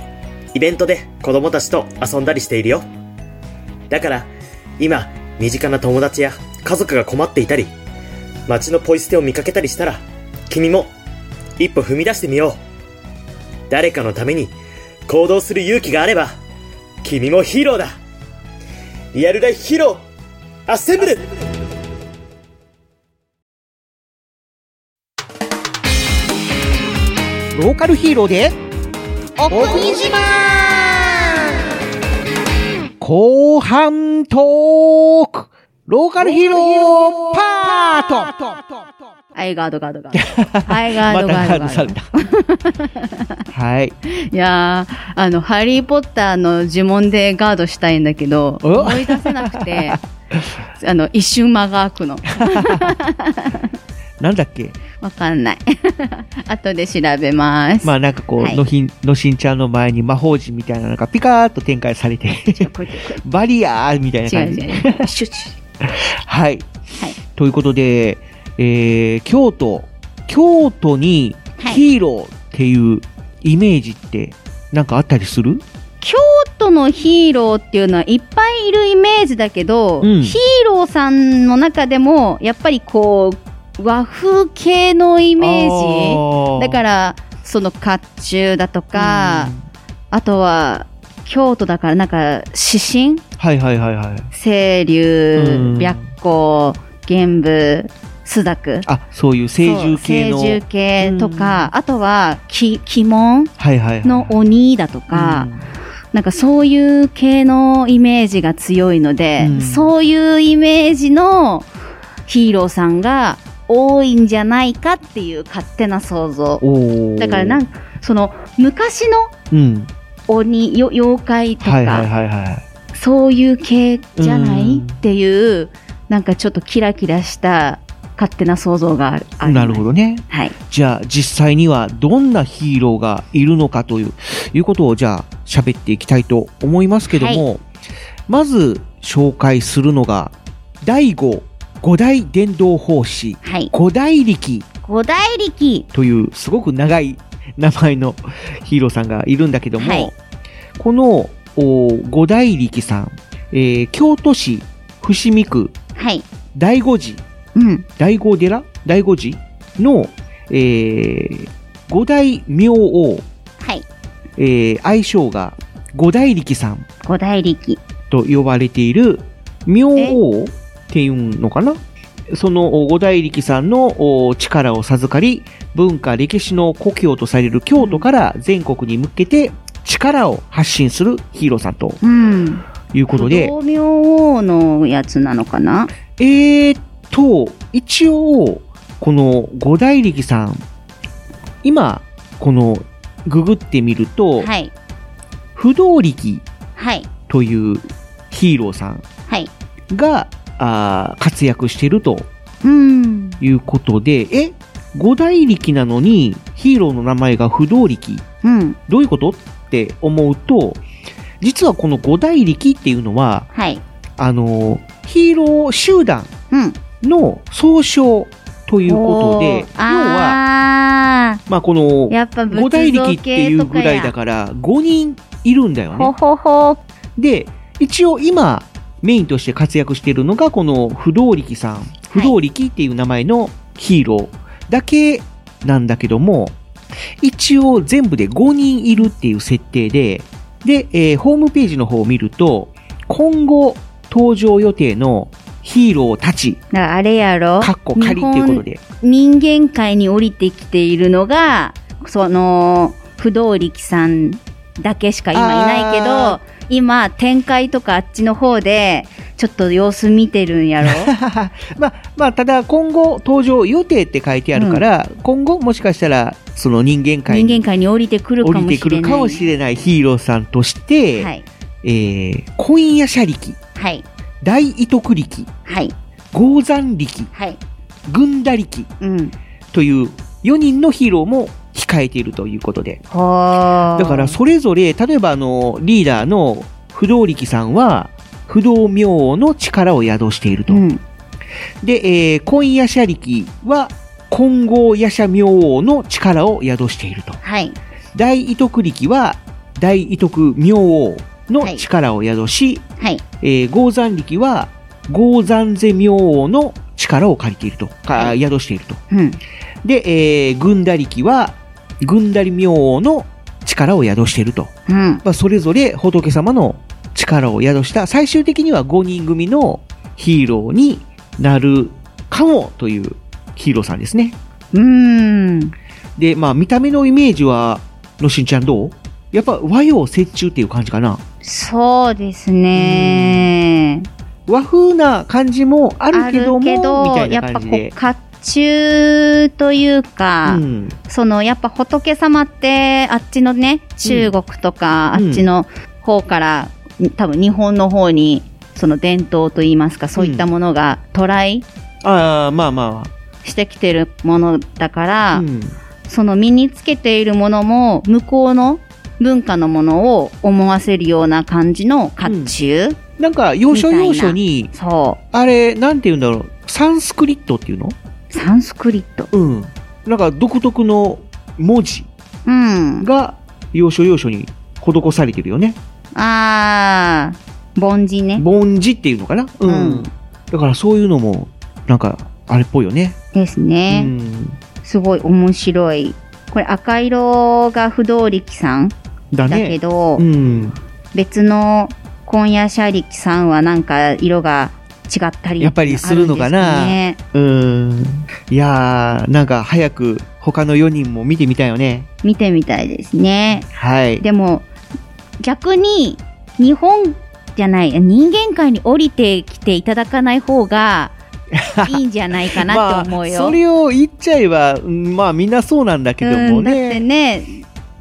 Speaker 13: イベントで子供たちと遊んだりしているよ。だから、今、身近な友達や家族が困っていたり、街のポイ捨てを見かけたりしたら、君も一歩踏み出してみよう。誰かのために行動する勇気があれば、君もヒーローだリアルライフヒーローアッセンブル
Speaker 4: ローカルヒーローで
Speaker 3: 奥島
Speaker 4: 後半トークローカルヒーローパート
Speaker 5: はい、ガードガードガード。 はい、ガード
Speaker 4: ま
Speaker 5: ガ
Speaker 4: た
Speaker 5: ード
Speaker 4: 外
Speaker 5: ガ
Speaker 4: さ
Speaker 5: ー
Speaker 4: れ
Speaker 5: ド。
Speaker 4: た。 はい。
Speaker 5: いやー、あの、ハリーポッターの呪文でガードしたいんだけど、
Speaker 4: お
Speaker 5: 思い出せなくて、あの、一瞬間が空くの。
Speaker 4: なんだっけ
Speaker 5: わかんない。 後で調べます。
Speaker 4: まあなんかこう、
Speaker 5: はい
Speaker 4: のひん、のしんちゃんの前に魔法陣みたいなのがピカーッと展開されて、バリアーみたいな
Speaker 5: 違う
Speaker 4: 感じ。
Speaker 5: 違う。 シュッシュッ
Speaker 4: はい。ということで、えー、京都、京都にヒーローっていうイメージってなんかあったりする
Speaker 5: 京都のヒーローっていうのはいっぱいいるイメージだけど、
Speaker 4: うん
Speaker 5: ヒーローさんの中でもやっぱりこう和風系のイ
Speaker 10: あ
Speaker 5: メー
Speaker 10: ー
Speaker 5: ジだからその甲冑だとか、あとは京都だからなんか指針
Speaker 4: はいはいはいはい。
Speaker 5: 清
Speaker 4: う
Speaker 5: 流
Speaker 4: ん
Speaker 5: 白虎玄武朱雀
Speaker 4: あ、そういう成獣系の。
Speaker 5: そう清獣系とか、あとはき鬼門
Speaker 4: はいはいはい。
Speaker 5: の鬼だとか、なんかそういう系のイメージが強いので、そういうイメージのヒーローさんが多いんじゃないかっていう勝手な想像。
Speaker 4: おー
Speaker 5: だからなんか、その昔の
Speaker 4: うん。
Speaker 5: 鬼、よ妖怪とか、
Speaker 4: はいはいはいはい。
Speaker 5: そういう系じゃない、
Speaker 4: うん
Speaker 5: っていう、なんかちょっとキラキラした勝手な想像がある。ある
Speaker 4: なるほどね。
Speaker 5: はい。
Speaker 4: じゃあ実際にはどんなヒーローがいるのかといういうことをじゃあ喋っていきたいと思いますけども、
Speaker 5: はい
Speaker 4: まず紹介するのが第5五大伝道法師、五大力
Speaker 5: 五大力
Speaker 4: というすごく長い名前のヒーローさんがいるんだけども、このお五大力さん、えー京都市伏見区
Speaker 5: はい。
Speaker 4: 第五寺、
Speaker 5: うん、
Speaker 4: 第五寺第五寺の、えー五大明王、
Speaker 5: はい。
Speaker 4: えー愛称が五大力さん
Speaker 5: 五大力
Speaker 4: と呼ばれている明王っていうのかなそのお五大力さんのお力を授かり文化歴史の故郷とされる京都から全国に向けて力を発信するヒーローさんと
Speaker 5: うん。
Speaker 4: いうことで、
Speaker 5: 道明王のやつなのかな
Speaker 4: えーっと、一応、この五大力さん、今、この、ググってみると、
Speaker 5: はい。
Speaker 4: 不動力
Speaker 5: はい。
Speaker 4: というヒーローさん
Speaker 5: はい。
Speaker 4: が、あー活躍してると
Speaker 5: うん。
Speaker 4: いうことで、え五大力なのにヒーローの名前が不動力
Speaker 5: うん。
Speaker 4: どういうことって思うと、実はこの五大力っていうのは、
Speaker 5: はい。
Speaker 4: あのヒーロー集団の総称ということで、
Speaker 5: おーあ
Speaker 4: まあ、この
Speaker 5: やっぱ仏像
Speaker 4: 五大力っていうぐらいだから5人いるんだよね。
Speaker 5: ほほほ
Speaker 4: で一応今メインとして活躍しているのがこの不動力さん不動力っていう名前のヒーローだけなんだけども一応全部で5人いるっていう設定でで、えーホームページの方を見ると今後登場予定のヒーローたち
Speaker 5: ーだからあれやろ
Speaker 4: かっこ仮っていうことで
Speaker 5: 人間界に降りてきているのが、その、不動力さんだけしか今いないけど、今、展開とかあっちの方で、ちょっと様子見てるんやろ
Speaker 4: まあ、ただ今後登場予定って書いてあるから、今後もしかしたらその人間界
Speaker 5: 人
Speaker 4: に
Speaker 5: 間界に降りてくる
Speaker 4: 降
Speaker 5: か
Speaker 4: り
Speaker 5: も
Speaker 4: て
Speaker 5: し
Speaker 4: く
Speaker 5: れ
Speaker 4: る
Speaker 5: な
Speaker 4: か
Speaker 5: い。
Speaker 4: もしれないヒーローさんとして、
Speaker 5: はい。
Speaker 4: えー、今夜車力、
Speaker 5: はい。
Speaker 4: 大威徳力、
Speaker 5: はい。
Speaker 4: 豪山力、
Speaker 5: はい。
Speaker 4: 軍打力、
Speaker 5: うん。
Speaker 4: という4人のヒーローも控変えているということで。
Speaker 10: は
Speaker 4: だからそれぞれ、例えばあの、リーダーの不動力さんは、不動明王の力を宿していると。で、えー、今夜社力は、金剛夜社明王の力を宿していると。
Speaker 5: はい。
Speaker 4: 大威徳力は、大威徳明王の力を宿し、
Speaker 5: はい。
Speaker 4: えー、豪山力は、豪山世明王の力を借りていると、か宿していると。
Speaker 5: うん。
Speaker 4: で、えー、軍打力は、軍打明王の力を宿していると。
Speaker 5: うん。
Speaker 4: まあ、それぞれ仏様の力を宿した、最終的には5人組のヒーローになるかもというヒーローさんですね。
Speaker 5: うん。
Speaker 4: で、まあ、見た目のイメージは、のしんちゃんどうやっぱ和洋折衷っていう感じかな。
Speaker 5: そうですね。
Speaker 4: 和風な感じもあるけどもみたい
Speaker 5: や
Speaker 4: な
Speaker 5: っぱ
Speaker 4: 感
Speaker 5: こう、
Speaker 4: じで
Speaker 5: 甲冑というか、
Speaker 4: うん
Speaker 5: その、やっぱ仏様って、あっちのね、中国とか、
Speaker 10: うん
Speaker 5: あっちの方から、多分日本の方に、その伝統といいますか、そういったものがトライ
Speaker 4: ああ、まあま
Speaker 5: してきてるものだから、
Speaker 4: あ。うん。
Speaker 5: その身につけているものも向こうの文化のものを思わせるような感じの甲冑、
Speaker 4: なんか要所要所に、あれ、なんて言うんだろう、サンスクリットっていうの
Speaker 5: サンスクリット。
Speaker 4: うん。なんか独特の文字
Speaker 5: うん。
Speaker 4: が要所要所に施されてるよね。
Speaker 5: あー、凡人ね。
Speaker 4: 凡字っていうのかなうん。だからそういうのも、なんか、あれっぽいよね。
Speaker 5: です
Speaker 4: う
Speaker 5: ね。
Speaker 4: ん。
Speaker 5: すごい面白い。これ赤色が不動力さん
Speaker 4: だね。
Speaker 5: けど、
Speaker 4: うん。
Speaker 5: 別の今夜シャリキさんはなんか色が違ったり
Speaker 4: やっぱりするのかな
Speaker 5: あるんですかね
Speaker 4: うん。いやー、なんか早く他の4人も見てみたいよね。
Speaker 5: 見てみたいですね。
Speaker 4: はい。
Speaker 5: でも、逆に、日本じゃない、人間界に降りてきていただかない方 が、いいんじゃないかなって思うよ。
Speaker 4: まあ、それを言っちゃえば、うんまあみんなそうなんだけども
Speaker 5: うん、だっ
Speaker 4: ね。
Speaker 5: てね、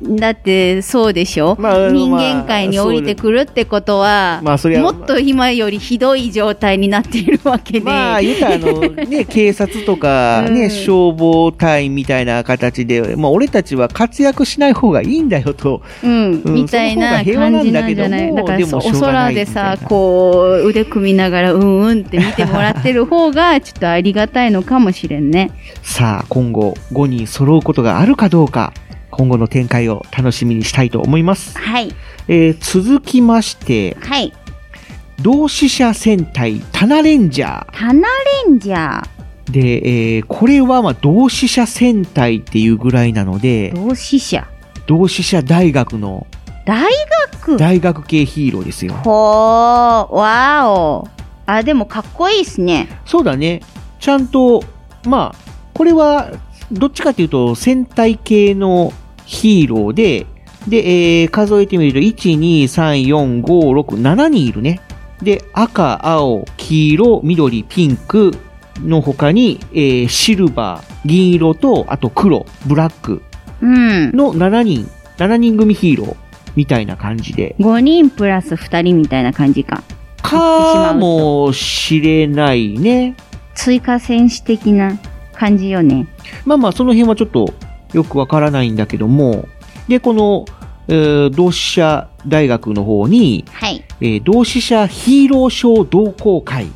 Speaker 5: だってそうでしょ、
Speaker 4: あ
Speaker 5: 人間界に降りてくるってことは、
Speaker 4: まあそりゃ
Speaker 5: もっと今よりひどい状態になっているわけで。
Speaker 4: まあ言うたらあの、 ね、警察とか、ね、消防隊みたいな形で、まあ俺たちは活躍しない方がいいんだよと。
Speaker 5: うん、
Speaker 4: うん
Speaker 5: みたいな
Speaker 4: その方が平和な
Speaker 5: 感
Speaker 4: ん
Speaker 5: じ
Speaker 4: だ
Speaker 5: な
Speaker 4: け
Speaker 5: んじ
Speaker 4: ども
Speaker 5: ゃないだから
Speaker 4: でも
Speaker 5: そうお
Speaker 4: しょうがない
Speaker 5: 空でさこう腕組みながらうんうんって見てもらってる方がちょっとありがたいのかもしれんね
Speaker 4: さあ今後5人揃うことがあるかどうか、今後の展開を楽しみにしたいと思います。
Speaker 5: はい
Speaker 4: えー続きまして、
Speaker 5: はい
Speaker 4: 同志社戦隊タナレンジャー。
Speaker 5: タナレンジャー
Speaker 4: で、えーこれはまあ同志社戦隊っていうぐらいなので、
Speaker 5: 同志社
Speaker 4: 同志社大学の
Speaker 5: 大学
Speaker 4: 大学系ヒーローですよ。
Speaker 5: ほーわーおあでもかっこいいですね
Speaker 4: そうだね。ちゃんと、まあ、これは、どっちかというと、戦隊系のヒーローで、で、えー数えてみると、1、2、3、4、5、6、7人いるね。で、赤、青、黄色、緑、ピンクの他に、えーシルバー、銀色と、あと黒、ブラック
Speaker 5: うん
Speaker 4: の7人、7人組ヒーローみたいな感じで。
Speaker 5: 5人プラス2人みたいな感じか
Speaker 4: かもしれないね。
Speaker 5: 追加戦士的な感じよね
Speaker 4: まあまあ、その辺はちょっとよくわからないんだけども、で、この、えー同志社大学の方に、
Speaker 5: はい
Speaker 4: えー同志社ヒーローショー同好会っ
Speaker 5: う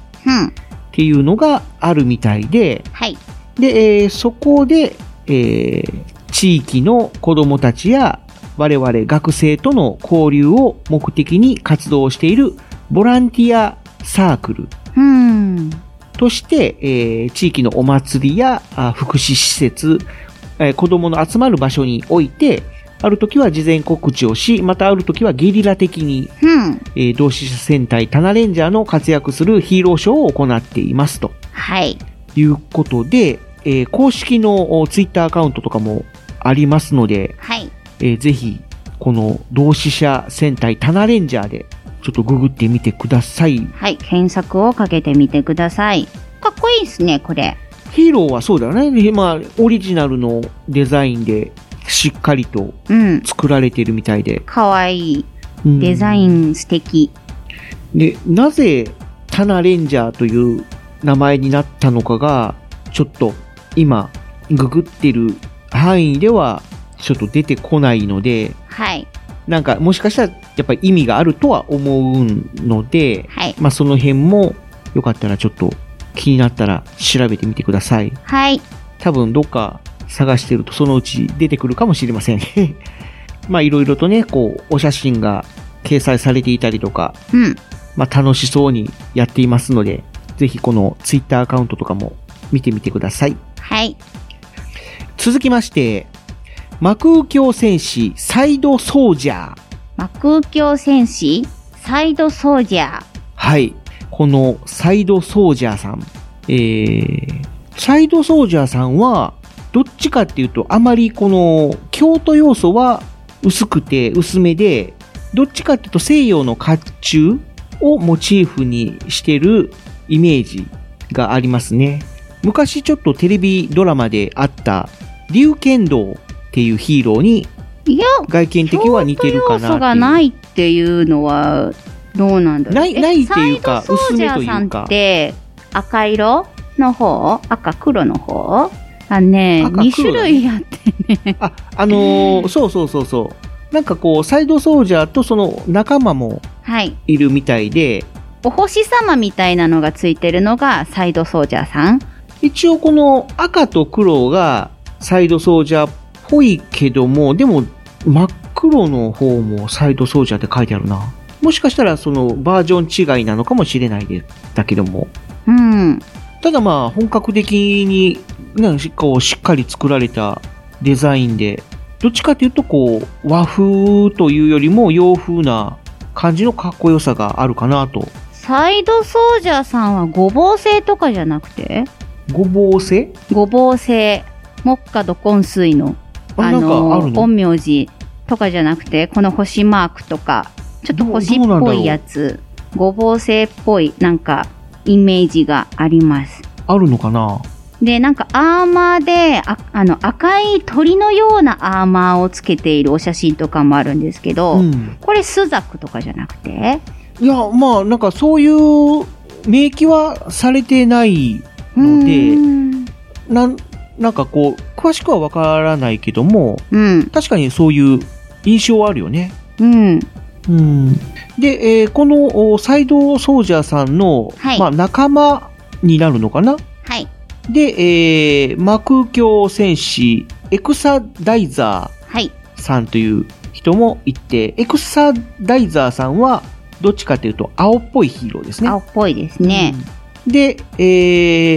Speaker 5: ん
Speaker 4: ていうのがあるみたいで、
Speaker 5: はい
Speaker 4: で、えーそこで、えー地域の子供たちや我々学生との交流を目的に活動しているボランティアサークル
Speaker 5: うん
Speaker 4: として、えー地域のお祭りやあ福祉施設、えー子供の集まる場所において、ある時は事前告知をし、またある時はゲリラ的に、
Speaker 5: うん
Speaker 4: えー同志社戦隊タナレンジャーの活躍するヒーローショーを行っていますと。
Speaker 5: はい。
Speaker 4: いうことで、えー公式のおツイッターアカウントとかもありますので、
Speaker 5: はい
Speaker 4: えーぜひ、この同志社戦隊タナレンジャーで、ちょっとググってみてください。
Speaker 5: はい、検索をかけてみてください。かっこいいですね、これ。
Speaker 4: ヒーローはそうだよね。まあ、オリジナルのデザインでしっかりと
Speaker 5: うん
Speaker 4: 作られてるみたいで。
Speaker 5: かわいい。
Speaker 4: うん
Speaker 5: デザイン素敵。
Speaker 4: で、なぜタナレンジャーという名前になったのかが、ちょっと今、ググってる範囲では、ちょっと出てこないので、
Speaker 5: はい。
Speaker 4: なんかもしかしたらやっぱり意味があるとは思うので、
Speaker 5: はい
Speaker 4: まあその辺もよかったらちょっと気になったら調べてみてください。
Speaker 5: はい。
Speaker 4: 多分どっか探してるとそのうち出てくるかもしれません。 まあいろいろとね、こうお写真が掲載されていたりとか、
Speaker 5: うん。
Speaker 4: まあ楽しそうにやっていますので、ぜひこのツイッターアカウントとかも見てみてください。
Speaker 5: はい。
Speaker 4: 続きまして、魔空鏡戦士サイドソージャー。
Speaker 5: 魔空鏡戦士、サイドソージャー。
Speaker 4: はい。このサイドソージャーさん。えー、サイドソージャーさんは、どっちかっていうと、あまりこの、京都要素は薄くて薄めで、どっちかっていうと西洋の甲冑をモチーフにしてるイメージがありますね。昔ちょっとテレビドラマであった、龍剣道っていうヒーローに、
Speaker 5: いや、
Speaker 4: 外見的は似てるかなっていう。
Speaker 5: 要素がないっていうのは、どうなんだろう。
Speaker 4: ない
Speaker 5: え
Speaker 4: ないっていうか
Speaker 5: サイドソージャーさんって、赤色の方赤黒の方あね、
Speaker 4: 赤黒だ
Speaker 5: 2種類やって。
Speaker 4: あのーそうそうそうそう。なんかこう、サイドソージャーとその仲間も
Speaker 5: はい。
Speaker 4: いるみたいで、
Speaker 5: お星様みたいなのがついてるのがサイドソージャーさん。
Speaker 4: 一応この赤と黒がサイドソージャーっぽいけども、でも真っ黒の方もサイドソージャーって書いてあるな。もしかしたらそのバージョン違いなのかもしれないで、だけども。
Speaker 5: うん。
Speaker 4: ただまあ本格的になんかこうしっかり作られたデザインで、どっちかというとこう和風というよりも洋風な感じのかっこよさがあるかなと。
Speaker 5: サイドソージャーさんはごぼう星とかじゃなくて
Speaker 4: ごぼう星
Speaker 5: ごぼう星、木下土根水の、
Speaker 4: あ
Speaker 5: あ
Speaker 4: なんかあ
Speaker 5: の
Speaker 4: る、の
Speaker 5: 陰陽師とかじゃなくて、この星マークとか、ちょっと星っ
Speaker 4: どうなんだ
Speaker 5: ぽ
Speaker 4: ろう
Speaker 5: いやつ、ごぼう星っぽい、なんか、イメージがあります。
Speaker 4: あるのかな
Speaker 5: で、なんかアーマーで、ああの、赤い鳥のようなアーマーをつけているお写真とかもあるんですけど、
Speaker 4: うん
Speaker 5: これスザクとかじゃなくて、
Speaker 4: いや、まあなんかそういう明記はされてないので、なんなんかこう、詳しくはわからないけども、
Speaker 5: うん。
Speaker 4: 確かにそういう印象はあるよね。
Speaker 5: うん。
Speaker 4: うん、で、えーこのおサイドソージャーさんの、
Speaker 5: はい
Speaker 4: まあ、仲間になるのかな
Speaker 5: はい。
Speaker 4: で、えー、魔空鏡戦士エクサダイザ
Speaker 5: はい。
Speaker 4: ーさんという人もいて、エクサダイザーさんはどっちかというと青っぽいヒーローですね。
Speaker 5: 青っぽいですね。
Speaker 4: で、え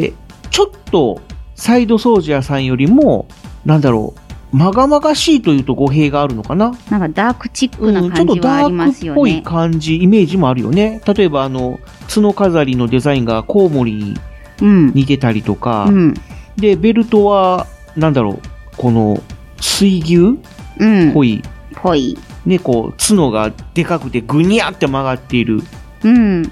Speaker 4: ーちょっとサイドソージャーさんよりも、なんだろう、まがまがしいというと語弊があるのかな
Speaker 5: なんかダークチックな
Speaker 4: うんちょ
Speaker 5: 感
Speaker 4: っと
Speaker 5: じはあ
Speaker 4: ダ
Speaker 5: ります
Speaker 4: ークっ
Speaker 5: よ
Speaker 4: ぽい
Speaker 5: ね。
Speaker 4: 感じ、イメージもあるよね。例えば、あの、角飾りのデザインがコウモリに
Speaker 5: うん。
Speaker 4: 似てたりとか、
Speaker 5: うん。
Speaker 4: で、ベルトは、なんだろう、この、水牛
Speaker 5: うん。
Speaker 4: っぽい、
Speaker 5: ぽい。
Speaker 4: ね、こう、角がでかくてぐにゃって曲がっている、
Speaker 5: うん。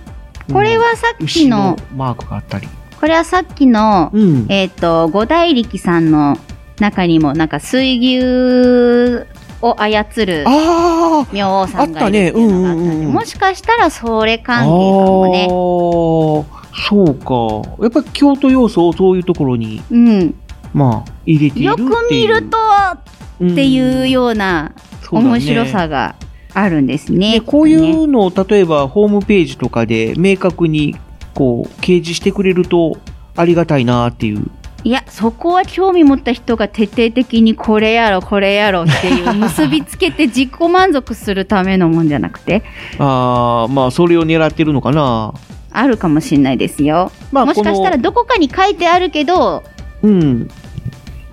Speaker 5: これはさっき
Speaker 4: 牛
Speaker 5: の
Speaker 4: の、マークがあったり。
Speaker 5: これはさっきの、
Speaker 4: うん
Speaker 5: えっ、と、五大力さんの中にも、なんか水牛を操る
Speaker 4: あ
Speaker 5: ー明王
Speaker 4: あ
Speaker 5: さ
Speaker 4: っ
Speaker 5: んが
Speaker 4: た
Speaker 5: いる
Speaker 4: ね、
Speaker 5: って
Speaker 4: う
Speaker 5: いうんの
Speaker 4: う
Speaker 5: があっ
Speaker 4: ん
Speaker 5: て、
Speaker 4: うん。
Speaker 5: もしかしたらそれ
Speaker 4: ああ
Speaker 5: 関係かもね。
Speaker 4: ーそうか。やっぱり京都要素をそういうところに、
Speaker 5: うん。
Speaker 4: まあ、入れている
Speaker 5: よ
Speaker 4: っていう。
Speaker 5: く見ると、っていうような
Speaker 4: そうだね
Speaker 5: 面白さがあるんですね。
Speaker 4: ね、こういうのを例えばホームページとかで明確にこう掲示してくれるとありがたいなっていう。
Speaker 5: いや、そこは興味持った人が徹底的にこれやろ、これやろっていう結びつけて自己満足するためのもんじゃなくて、
Speaker 4: ああ、まあそれを狙ってるのかな。
Speaker 5: あるかもしれないですよ。
Speaker 4: まあ
Speaker 5: もしかしたら
Speaker 4: この
Speaker 5: どこかに書いてあるけど、
Speaker 4: うん。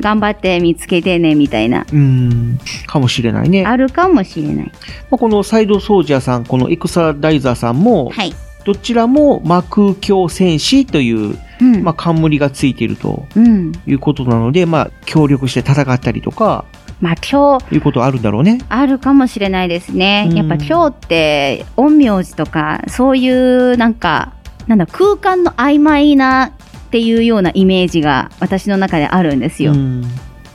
Speaker 5: 頑張って見つけてね、みたいな。
Speaker 4: うん。かもしれないね。
Speaker 5: あるかもしれない。
Speaker 4: まあ、このサイドソージャーさん、このエクサダイザーさんも、
Speaker 5: はい
Speaker 4: どちらも魔空鏡戦士という、
Speaker 5: うん
Speaker 4: まあ冠がついていると
Speaker 5: うん。
Speaker 4: いうことなので、まあ協力して戦ったりとか、
Speaker 5: まあ今日、
Speaker 4: いうことあるんだろうね。
Speaker 5: あるかもしれないですね。
Speaker 4: うん
Speaker 5: やっぱ今日って、陰陽師とか、そういうなんか、なんだ、空間の曖昧なっていうようなイメージが私の中であるんですよ。
Speaker 4: うん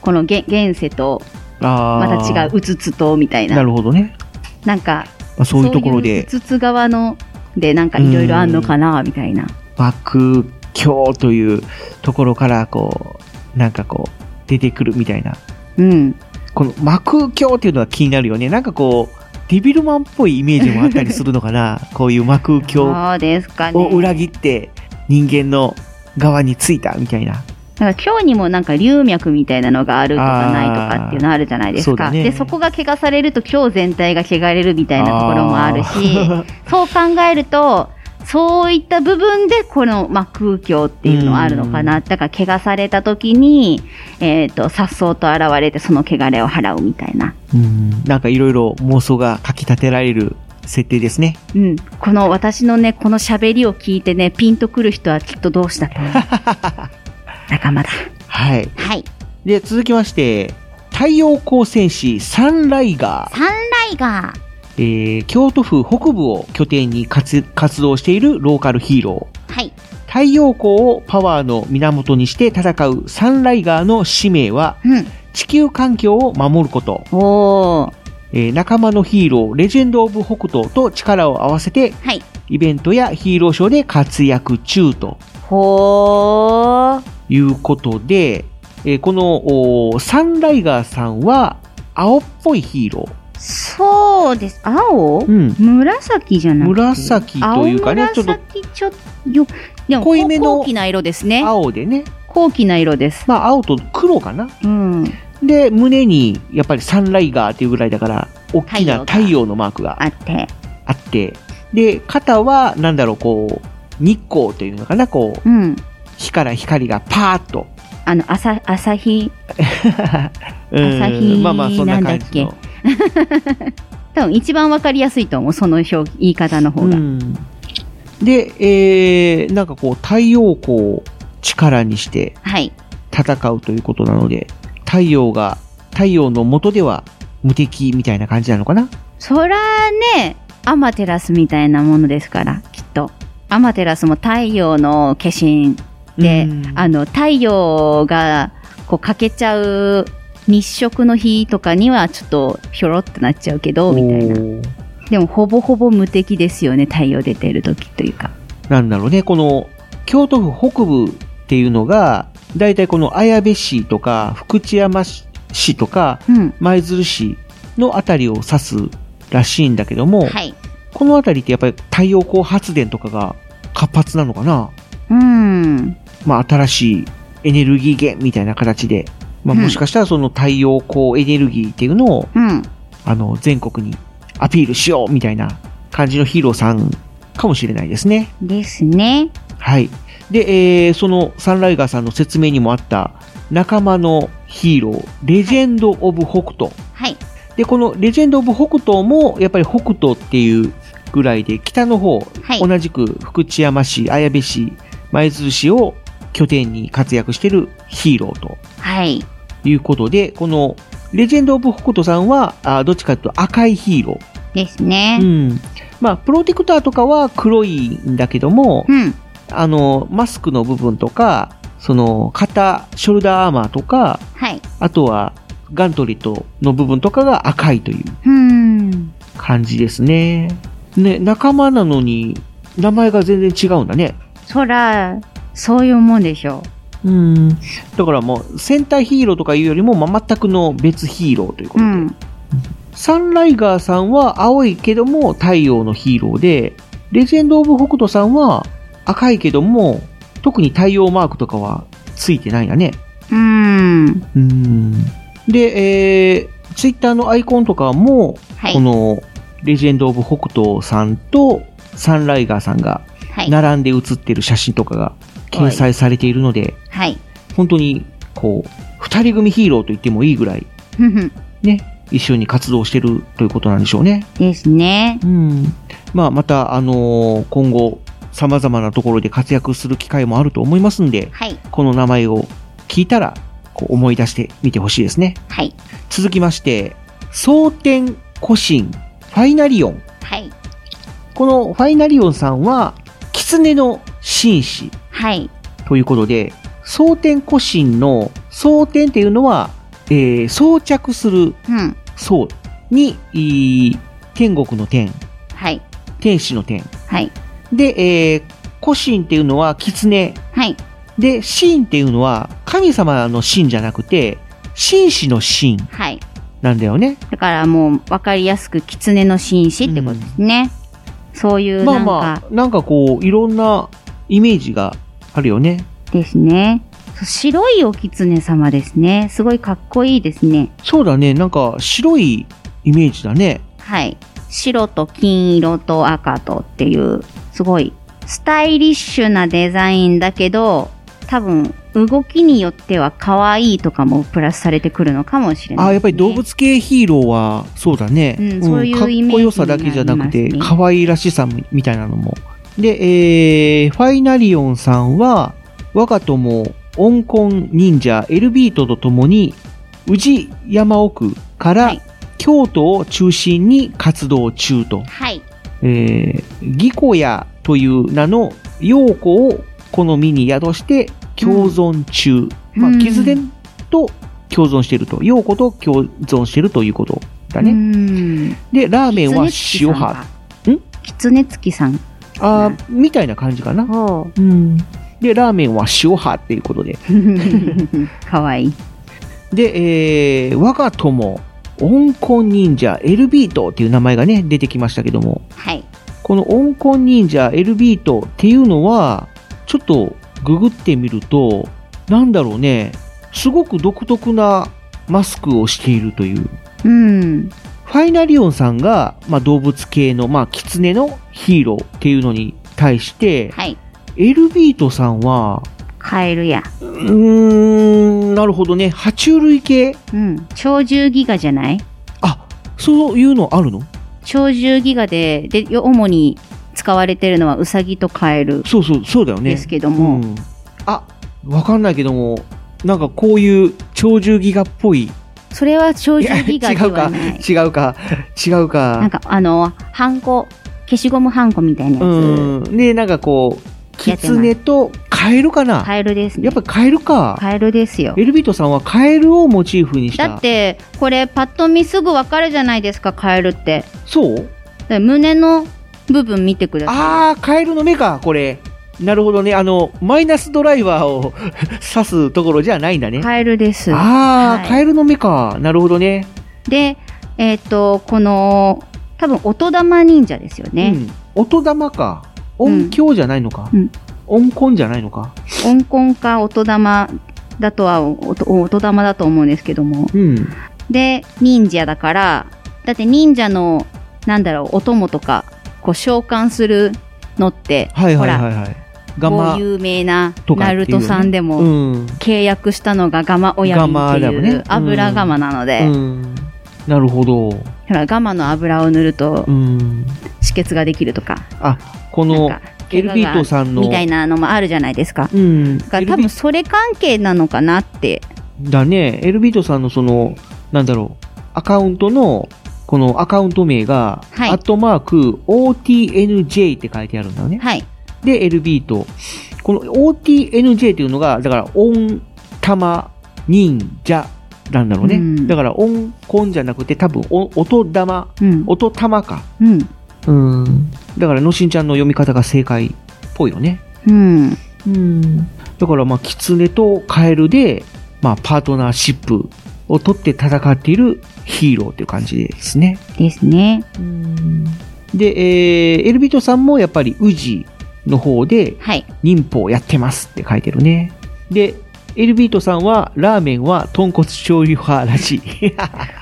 Speaker 5: このげ現世と、
Speaker 4: あ
Speaker 5: ま
Speaker 4: あ。
Speaker 5: た違う、うつつと、みたいな。
Speaker 4: なるほどね。
Speaker 5: なんか、
Speaker 4: まあ、そういうところで。
Speaker 5: うつつ側の、で、なんかいろいろあんのかな、みたいな。
Speaker 4: 幕橋というところからこうなんかこう出てくるみたいな
Speaker 5: うん。
Speaker 4: この魔空鏡っていうのは気になるよね。なんかこう、デビルマンっぽいイメージもあったりするの かな。こういう魔空
Speaker 5: そう
Speaker 4: 鏡
Speaker 5: ですか
Speaker 4: を
Speaker 5: ね。
Speaker 4: 裏切って人間の側についたみたいな。
Speaker 5: なんか今日にもなんか龍脈みたいなのがあるとかないとかっていうのあるじゃないです
Speaker 4: あーそうだ
Speaker 5: か。
Speaker 4: ね
Speaker 5: で、そこが怪我されると今日全体が汚れるみたいなところもあるし、そう考えると、そういった部分でこの、まあ、空境っていうのはあるのかな。だから、怪我された時に、えっ、と、颯爽と現れてその汚れを払うみたいな。
Speaker 4: うん。なんかいろいろ妄想がかき立てられる設定ですね。
Speaker 5: うん。この私のね、この喋りを聞いてね、ピンとくる人はきっと同志だと思う。仲間だ。
Speaker 4: はい。
Speaker 5: はい。
Speaker 4: で、続きまして、太陽光戦士サンライガー。
Speaker 5: サンライガー。
Speaker 4: えー京都府北部を拠点に活活動しているローカルヒーロー。
Speaker 5: はい。
Speaker 4: 太陽光をパワーの源にして戦うサンライガーの使命は、地球環境を守ること。えー仲間のヒーロー、レジェンド・オブ・北斗と力を合わせて、
Speaker 5: はい
Speaker 4: イベントやヒーローショーで活躍中と
Speaker 5: ほー。
Speaker 4: いうことで、えーこのおーサンライガーさんは青っぽいヒーロー。
Speaker 5: そうです。青、
Speaker 4: ん
Speaker 5: 紫じゃなくて。
Speaker 4: 紫というかね
Speaker 5: 青紫ちょっと、よ、でも、濃いめの高貴な色ですね。
Speaker 4: 青でね。
Speaker 5: 高貴な色です。
Speaker 4: まあ、青と黒かな。
Speaker 5: うん。
Speaker 4: で、胸に、やっぱりサンライガーっていうぐらいだから、大きな太陽のマークが
Speaker 5: あって。
Speaker 4: あって。で、肩は、なんだろう、こう、日光というのかな、こう、
Speaker 5: うん。
Speaker 4: 火から光がパーッと。
Speaker 5: あの、朝、朝日、
Speaker 4: うん
Speaker 5: 朝日
Speaker 4: まあまあ、そんな感
Speaker 5: なんだっけ
Speaker 4: じの。
Speaker 5: 多分一番わかりやすいと思う。その表、言い方の方が。
Speaker 4: うんで、えー、なんかこう、太陽光を力にして、
Speaker 5: はい。
Speaker 4: 戦うということなので、太陽が、太陽の元では無敵みたいな感じなのかな
Speaker 5: そらね、アマテラスみたいなものですから、きっと。アマテラスも太陽の化身で、あの、太陽が、こう、欠けちゃう日食の日とかには、ちょっと、ひょろってなっちゃうけど、みたいな。でも、ほぼほぼ無敵ですよね、太陽出てる時というか。
Speaker 4: なんだろうね、この、京都府北部っていうのが、だいたいこの綾部市とか、福知山市とか、舞鶴市のあたりを指すらしいんだけども、
Speaker 5: はい。
Speaker 4: このあたりってやっぱり太陽光発電とかが活発なのかな
Speaker 5: うん。
Speaker 4: まあ、新しいエネルギー源みたいな形で、まあ、
Speaker 5: うん
Speaker 4: もしかしたらその太陽光エネルギーっていうのを、
Speaker 5: うん。
Speaker 4: あの、全国にアピールしようみたいな感じのヒーローさんかもしれないですね。
Speaker 5: ですね。
Speaker 4: はい。で、えーそのサンライガーさんの説明にもあった仲間のヒーロー、レジェンド・オブ・北斗。
Speaker 5: はい。
Speaker 4: で、このレジェンド・オブ・北斗も、やっぱり北東っていうぐらいで、北の方、
Speaker 5: はい
Speaker 4: 同じく福知山市、綾部市、舞鶴市を拠点に活躍しているヒーローと
Speaker 5: はい。
Speaker 4: いうことで、このレジェンド・オブ・北斗さんは、あーどっちかというと赤いヒーロー。
Speaker 5: ですね。
Speaker 4: うん。まあ、プロテクターとかは黒いんだけども、あの、マスクの部分とか、その、肩、ショルダーアーマーとか、
Speaker 5: はい。
Speaker 4: あとは、ガントリットの部分とかが赤いという
Speaker 5: うん。
Speaker 4: 感じですね。ね、仲間なのに、名前が全然違うんだね。
Speaker 5: そら、そういうもんでしょ
Speaker 4: うん。だからもう、戦隊ヒーローとかいうよりも、まあ、全くの別ヒーローということ
Speaker 5: う。うん。
Speaker 4: サンライガーさんは青いけども太陽のヒーローで、レジェンド・オブ・北斗さんは赤いけども、特に太陽マークとかはついてないんだね。
Speaker 5: うん。
Speaker 4: うん。で、えー、ツイッターのアイコンとかも、
Speaker 5: はい
Speaker 4: この、レジェンド・オブ・北斗さんとサンライガーさんが
Speaker 5: はい、
Speaker 4: 並んで写ってる写真とかが掲載されているので、
Speaker 5: はい。
Speaker 4: 本当に、こう、二人組ヒーローと言ってもいいぐらい、
Speaker 5: ふんふん
Speaker 4: ね、一緒に活動してるということなんでしょうね。
Speaker 5: ですね。
Speaker 4: うん。まあ、また、あのー今後、様々なところで活躍する機会もあると思いますんで、
Speaker 5: はい
Speaker 4: この名前を聞いたら、こう思い出してみてほしいですね。
Speaker 5: はい。
Speaker 4: 続きまして、蒼天古神ファイナリオン。
Speaker 5: はい。
Speaker 4: このファイナリオンさんは、狐の紳士
Speaker 5: はい。
Speaker 4: ということで、蒼天古神の蒼天っていうのは、えー装着する
Speaker 5: うん。
Speaker 4: 層に、いー天国の天、
Speaker 5: はい。
Speaker 4: 天使の天。
Speaker 5: はい。
Speaker 4: で、えー、古神っていうのは狐。
Speaker 5: はい。
Speaker 4: で、神っていうのは神様の神じゃなくて、神使の神。
Speaker 5: はい。
Speaker 4: なんだよね。
Speaker 5: だからもう、わかりやすく、狐の紳士ってことですね。そういう、
Speaker 4: ま
Speaker 5: な
Speaker 4: あ
Speaker 5: んか、
Speaker 4: まあ、なんかこう、いろんなイメージがあるよね。
Speaker 5: ですね。そう白いお狐様ですね。すごいかっこいいですね。
Speaker 4: そうだね、なんか白いイメージだね。
Speaker 5: はい。白と金色と赤とっていう、すごいスタイリッシュなデザインだけど、多分動きによっては可愛いとかもプラスされてくるのかもしれない。
Speaker 4: ああ、やっぱり動物系ヒーローは、そうだね。
Speaker 5: うんそういう
Speaker 4: かっ
Speaker 5: イメージに
Speaker 4: こよさだけじゃなくて、可愛らしさみたいなのも。で、えー、ファイナリオンさんは、我が友、温魂忍者、エルビートとともに、宇治山奥から、京都を中心に活動中と。
Speaker 5: はい。
Speaker 4: えー、ギコヤという名の陽子をこの身に宿して共存中。まあ、キズデンと共存していると。陽子と共存しているということだね。で、ラーメンは塩派。ん
Speaker 5: 狐月さん。
Speaker 4: あーみたいな感じかな。
Speaker 5: うん。
Speaker 4: で、ラーメンは塩派っていうことで。
Speaker 5: かわいい。
Speaker 4: で、えー、我が友、温魂忍者、エルビートっていう名前がね、出てきましたけども。
Speaker 5: はい。
Speaker 4: この温魂忍者エルビートっていうのは、ちょっとググってみると、なんだろうね、すごく独特なマスクをしているという。
Speaker 5: うん。
Speaker 4: ファイナリオンさんが、まあ、動物系の、まあ、キツネのヒーローっていうのに対して、エルビートさんは、
Speaker 5: カエルや。
Speaker 4: うーん、なるほどね。爬虫類系
Speaker 5: うん。鳥獣ギガじゃない
Speaker 4: そういうのあるの
Speaker 5: 鳥獣ギガで、で、よ主に使われてるのはウサギとカエル。
Speaker 4: そうそう、そうだよね。
Speaker 5: ですけども
Speaker 4: うんあ、わかんないけども、なんかこういう鳥獣ギガっぽい
Speaker 5: それは鳥獣ギガ
Speaker 4: 違
Speaker 5: で
Speaker 4: う
Speaker 5: は
Speaker 4: か
Speaker 5: ない。、
Speaker 4: 違うか、違うか。
Speaker 5: なんか、あの、ハンコ、消しゴムハンコみたいなやつ。
Speaker 4: うん。で、なんかこう、キツネとカエルかな
Speaker 5: カエルですね。
Speaker 4: やっぱカエルか。
Speaker 5: カエルですよ
Speaker 4: エ。ルビートさんはカエルをモチーフにした。
Speaker 5: だっ、て、これ、パッと見すぐわかるじゃないですか、カエルって。
Speaker 4: そう
Speaker 5: で胸の部分見てください。
Speaker 4: あー、カエルの目か、これ。なるほどね。あの、マイナスドライバーを 刺すところじゃないんだね。
Speaker 5: カエルです。
Speaker 4: あー、
Speaker 5: はい
Speaker 4: カエルの目か。なるほどね。
Speaker 5: で、えっ、と、この、多分、音玉忍者ですよね。
Speaker 4: うん。音玉か。音響じゃないのか。音根じゃないのか。
Speaker 5: 音根か音玉だとは音音玉だと思うんですけども、
Speaker 4: うん。
Speaker 5: で忍者だからだって忍者のなんだろうお供とかこう召喚するのって、
Speaker 4: はいはいはいはい。ガ
Speaker 5: ほら
Speaker 4: マ
Speaker 5: こう有名な
Speaker 4: とかっ
Speaker 5: ナ
Speaker 4: ていうね
Speaker 5: ルトさんでも、
Speaker 4: うん
Speaker 5: 契約したのがガマ親分
Speaker 4: ガマ
Speaker 5: って
Speaker 4: だもん
Speaker 5: い
Speaker 4: ね
Speaker 5: う油ガマなので、
Speaker 4: うん。なるほど。
Speaker 5: ほらガマの油を塗ると
Speaker 4: うん。
Speaker 5: 止血ができるとか、
Speaker 4: あ、この、エルビートさんの、
Speaker 5: みたいなのもあるじゃないですか。
Speaker 4: うん。
Speaker 5: だから多分それ関係なのかなって
Speaker 4: だね、エルビートさんのその、なんだろう、アカウントの、このアカウント名が、アットマーク、OTNJ って書いてあるんだよね。
Speaker 5: はい。
Speaker 4: で、エルビート。この OTNJ っていうのが、だから、音、玉、忍者なんだろうね。
Speaker 5: うん
Speaker 4: だから、音、コンじゃなくて、多分、お音玉、
Speaker 5: うん
Speaker 4: 音玉か。
Speaker 5: うん
Speaker 4: うん。だから、のしんちゃんの読み方が正解っぽいよね。
Speaker 5: うん
Speaker 4: うん。だからまあ、キツネとカエルで、まあ、パートナーシップを取って戦っているヒーローっていう感じですね。
Speaker 5: ですね。
Speaker 4: で、えー、エルビトさんもやっぱり宇治の方で、
Speaker 5: はい
Speaker 4: 忍法をやってますって書いてるね。で、エルビートさんは、ラーメンは豚骨醤油派らし い。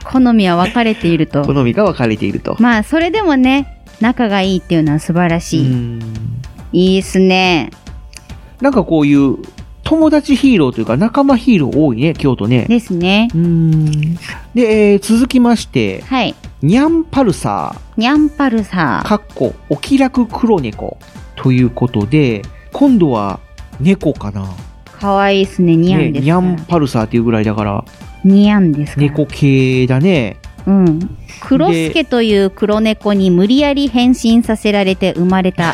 Speaker 5: 好みは分かれていると。
Speaker 4: 好みが分かれていると。
Speaker 5: まあ、それでもね、仲がいいっていうのは素晴らし
Speaker 4: い。
Speaker 5: いいっすね。
Speaker 4: なんかこういう、友達ヒーローというか仲間ヒーロー多いね、京都ね。
Speaker 5: ですね。
Speaker 4: うん。で、えー続きまして、
Speaker 5: はい。
Speaker 4: ニャンパルサー。
Speaker 5: ニャンパルサ
Speaker 4: かっこ、お気楽黒猫。ということで、今度は猫かな。
Speaker 5: ー。かわいいっすね、ニャン
Speaker 4: ね
Speaker 5: です。
Speaker 4: ニャンパルサーっていうぐらいだから、
Speaker 5: ニャンですか。
Speaker 4: 猫系だね。
Speaker 5: うん。黒助という黒猫に無理やり変身させられて生まれ た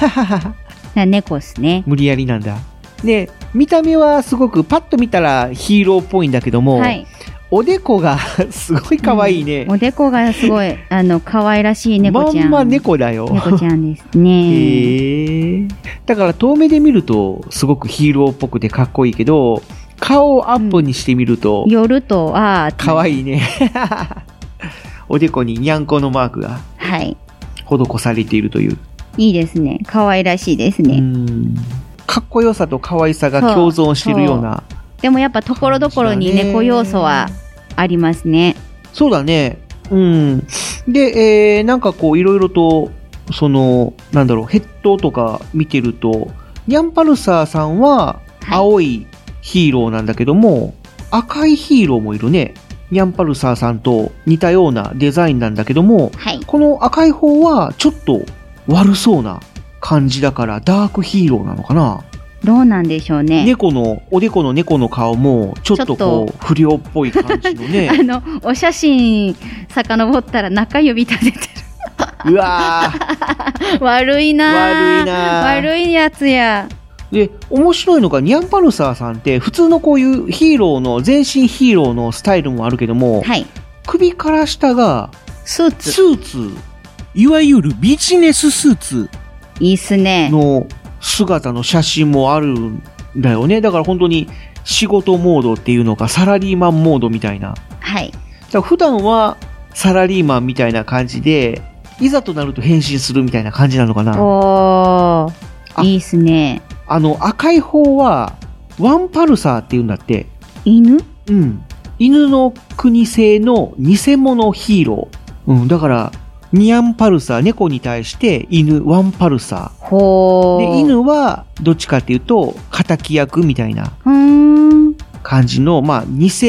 Speaker 5: な猫ですね。
Speaker 4: 無理やりなんだ。で、見た目はすごく、パッと見たらヒーローっぽいんだけども、
Speaker 5: はい
Speaker 4: おでこが すごい可愛いね。
Speaker 5: おでこがすごい、あの、可愛らしい
Speaker 4: ま
Speaker 5: 猫ちゃ
Speaker 4: ん
Speaker 5: ん。
Speaker 4: ま猫だよ。
Speaker 5: 猫ちゃんですね。
Speaker 4: へえだから遠目で見るとすごくヒーローっぽくてかっこいいけど顔をアップにしてみると
Speaker 5: 夜と、ああ、
Speaker 4: 可愛いねおでこににゃんこのマークが
Speaker 5: はい。
Speaker 4: 施されているという。
Speaker 5: いいですね。可愛らしいですね。
Speaker 4: かっこよさと可愛さが共存しているような。
Speaker 5: でもやっぱところどころに猫要素はありますね。
Speaker 4: そうだね。 うん。で、えー、なんかこう、いろいろと、その、なんだろう、ヘッドとか見てると、ニャンパルサーさんは、青いヒーローなんだけども、赤いヒーローもいるね。ニャンパルサーさんと似たようなデザインなんだけども、この赤い方は、ちょっと悪そうな感じだから、ダークヒーローなのかな。
Speaker 5: どうなんでしょうね。
Speaker 4: 猫の、おでこの猫の顔も、ちょっとこ
Speaker 5: ち
Speaker 4: う、不良っぽい感じのね。
Speaker 5: あの、お写真遡ったら中指立てて
Speaker 4: うわ
Speaker 5: る。
Speaker 4: ー。
Speaker 5: 悪いな
Speaker 4: 悪いなー
Speaker 5: 悪いやつや。
Speaker 4: で、面白いのが、ニャンパルサーさんって、普通のこういうヒーローの、全身ヒーローのスタイルもあるけども、首から下が、
Speaker 5: スーツ。
Speaker 4: スーツ。いわゆるビジネススーツ。
Speaker 5: いいっすね。
Speaker 4: の姿の写真もあるんだよね。だから本当に、仕事モードっていうのか、サラリーマンモードみたいな。
Speaker 5: はい。
Speaker 4: だから普段は、サラリーマンみたいな感じで、いざとなると変身するみたいな感じなのかな。
Speaker 5: おー。いいっすね。
Speaker 4: あの、赤い方は、ワンパルサーって言うんだって。
Speaker 5: 犬
Speaker 4: うん。犬の国製の偽物ヒーロー。うん、だから、ニャンパルサー、猫に対して犬、ワンパルサー。
Speaker 5: ほ
Speaker 4: で、犬は、どっちかっていうと、敵役みたいな
Speaker 5: うーん。
Speaker 4: 感じの、まあ、偽ヒ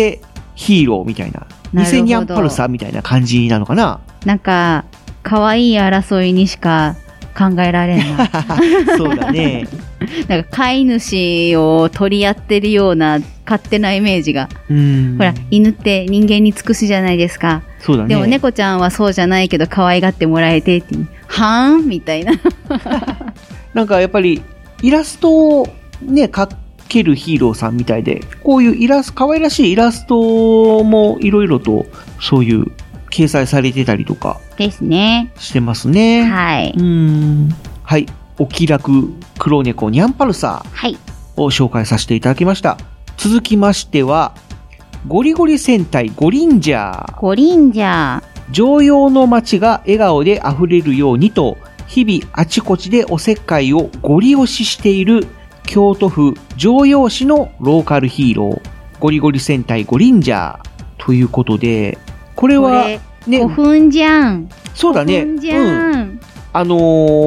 Speaker 4: ーローみたいな。
Speaker 5: なるほど
Speaker 4: 偽ニャンパルサーみたいな感じなの かな。
Speaker 5: なんか、可愛い争いにしか考えられんな。
Speaker 4: そうだね。
Speaker 5: なんか飼い主を取り合ってるような勝手なイメージが。
Speaker 4: うん。
Speaker 5: ほら、犬って人間に尽くすじゃないですか。
Speaker 4: そうだね。
Speaker 5: でも猫ちゃんはそうじゃないけど可愛がってもらえてっていうはーんみたいな。
Speaker 4: なんかやっぱりイラストをね、描けるヒーローさんみたいで、こういうイラスト、可愛らしいイラストもいろいろとそういう掲載されてたりとか
Speaker 5: ですね。
Speaker 4: してますね。
Speaker 5: はい。
Speaker 4: うん。はい。お気楽黒猫ニャンパルサー。
Speaker 5: はい。
Speaker 4: を紹介させていただきました。続きましては、ゴリゴリ戦隊ゴリンジャー。
Speaker 5: ゴリンジャー。
Speaker 4: 常用の街が笑顔で溢れるようにと、日々あちこちでおせっかいをゴリ押ししている京都府常用市のローカルヒーロー、ゴリゴリ戦隊ゴリンジャーということで、これは、
Speaker 5: ね、5分じゃん。
Speaker 4: そうだね。
Speaker 5: 5分じ
Speaker 4: う
Speaker 5: ゃ
Speaker 4: ん
Speaker 5: ん。
Speaker 4: あの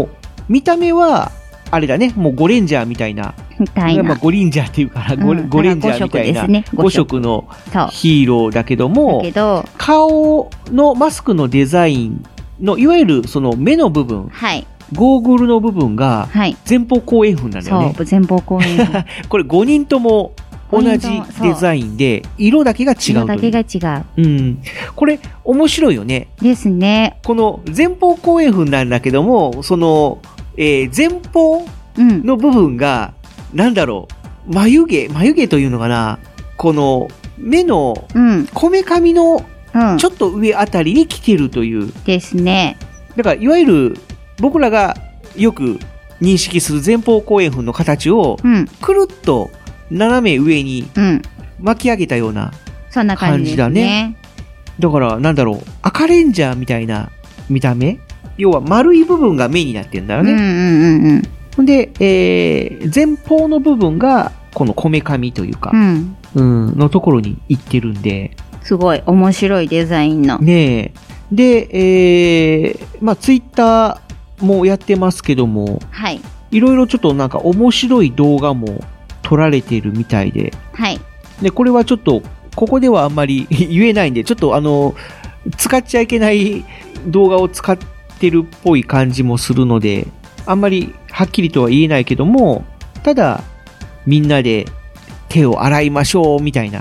Speaker 4: ー見た目は、あれだね、もうゴレンジャーみたいな。
Speaker 5: みたいな
Speaker 4: まあ、ゴリンジャーっていうから、ゴレ
Speaker 5: うん
Speaker 4: ゴレンジャーみたいな
Speaker 5: だから五色ですね
Speaker 4: 5色のヒーローだけども、
Speaker 5: けど、
Speaker 4: 顔のマスクのデザインの、いわゆるその目の部分、
Speaker 5: はい。
Speaker 4: ゴーグルの部分が、前方後円墳なんだよね。
Speaker 5: そう、前方後円墳。
Speaker 4: これ5人とも同
Speaker 5: 五人
Speaker 4: じ
Speaker 5: ともそう
Speaker 4: デザインで、色だけが違う
Speaker 5: 色
Speaker 4: と
Speaker 5: だ
Speaker 4: い
Speaker 5: け
Speaker 4: う。
Speaker 5: が違う。
Speaker 4: うん。これ、面白いよね。
Speaker 5: ですね。
Speaker 4: この前方後円墳なんだけども、その、えー前方の部分が、なんだろう、眉毛、眉毛というのかな、この目のこめかみのちょっと上あたりに来てるという。
Speaker 5: ですね。
Speaker 4: だから、いわゆる僕らがよく認識する前方後円墳の形を、くるっと斜め上に巻き上げたような
Speaker 5: そんな感
Speaker 4: 感
Speaker 5: じ
Speaker 4: じ
Speaker 5: で
Speaker 4: だ
Speaker 5: すね
Speaker 4: ね。。だから、なんだろう、赤レンジャーみたいな見た目要は丸い部分が目になってんだよね。
Speaker 5: うんうんうん
Speaker 4: ほんで、えー前方の部分が、このこめかみというか
Speaker 5: う、ん。
Speaker 4: うん、のところに行ってるんで、
Speaker 5: すごい面白いデザインの。
Speaker 4: ねえ。で、えーまあ、ツイッターもやってますけども、
Speaker 5: はい。
Speaker 4: いろいろちょっとなんか面白い動画も撮られているみたいで、
Speaker 5: はい。
Speaker 4: で、これはちょっと、ここではあんまり 言えないんで、ちょっとあの、使っちゃいけない動画を使ってるっぽい感じもするので、あんまりはっきりとは言えないけども、ただ、みんなで手を洗いましょうみたいな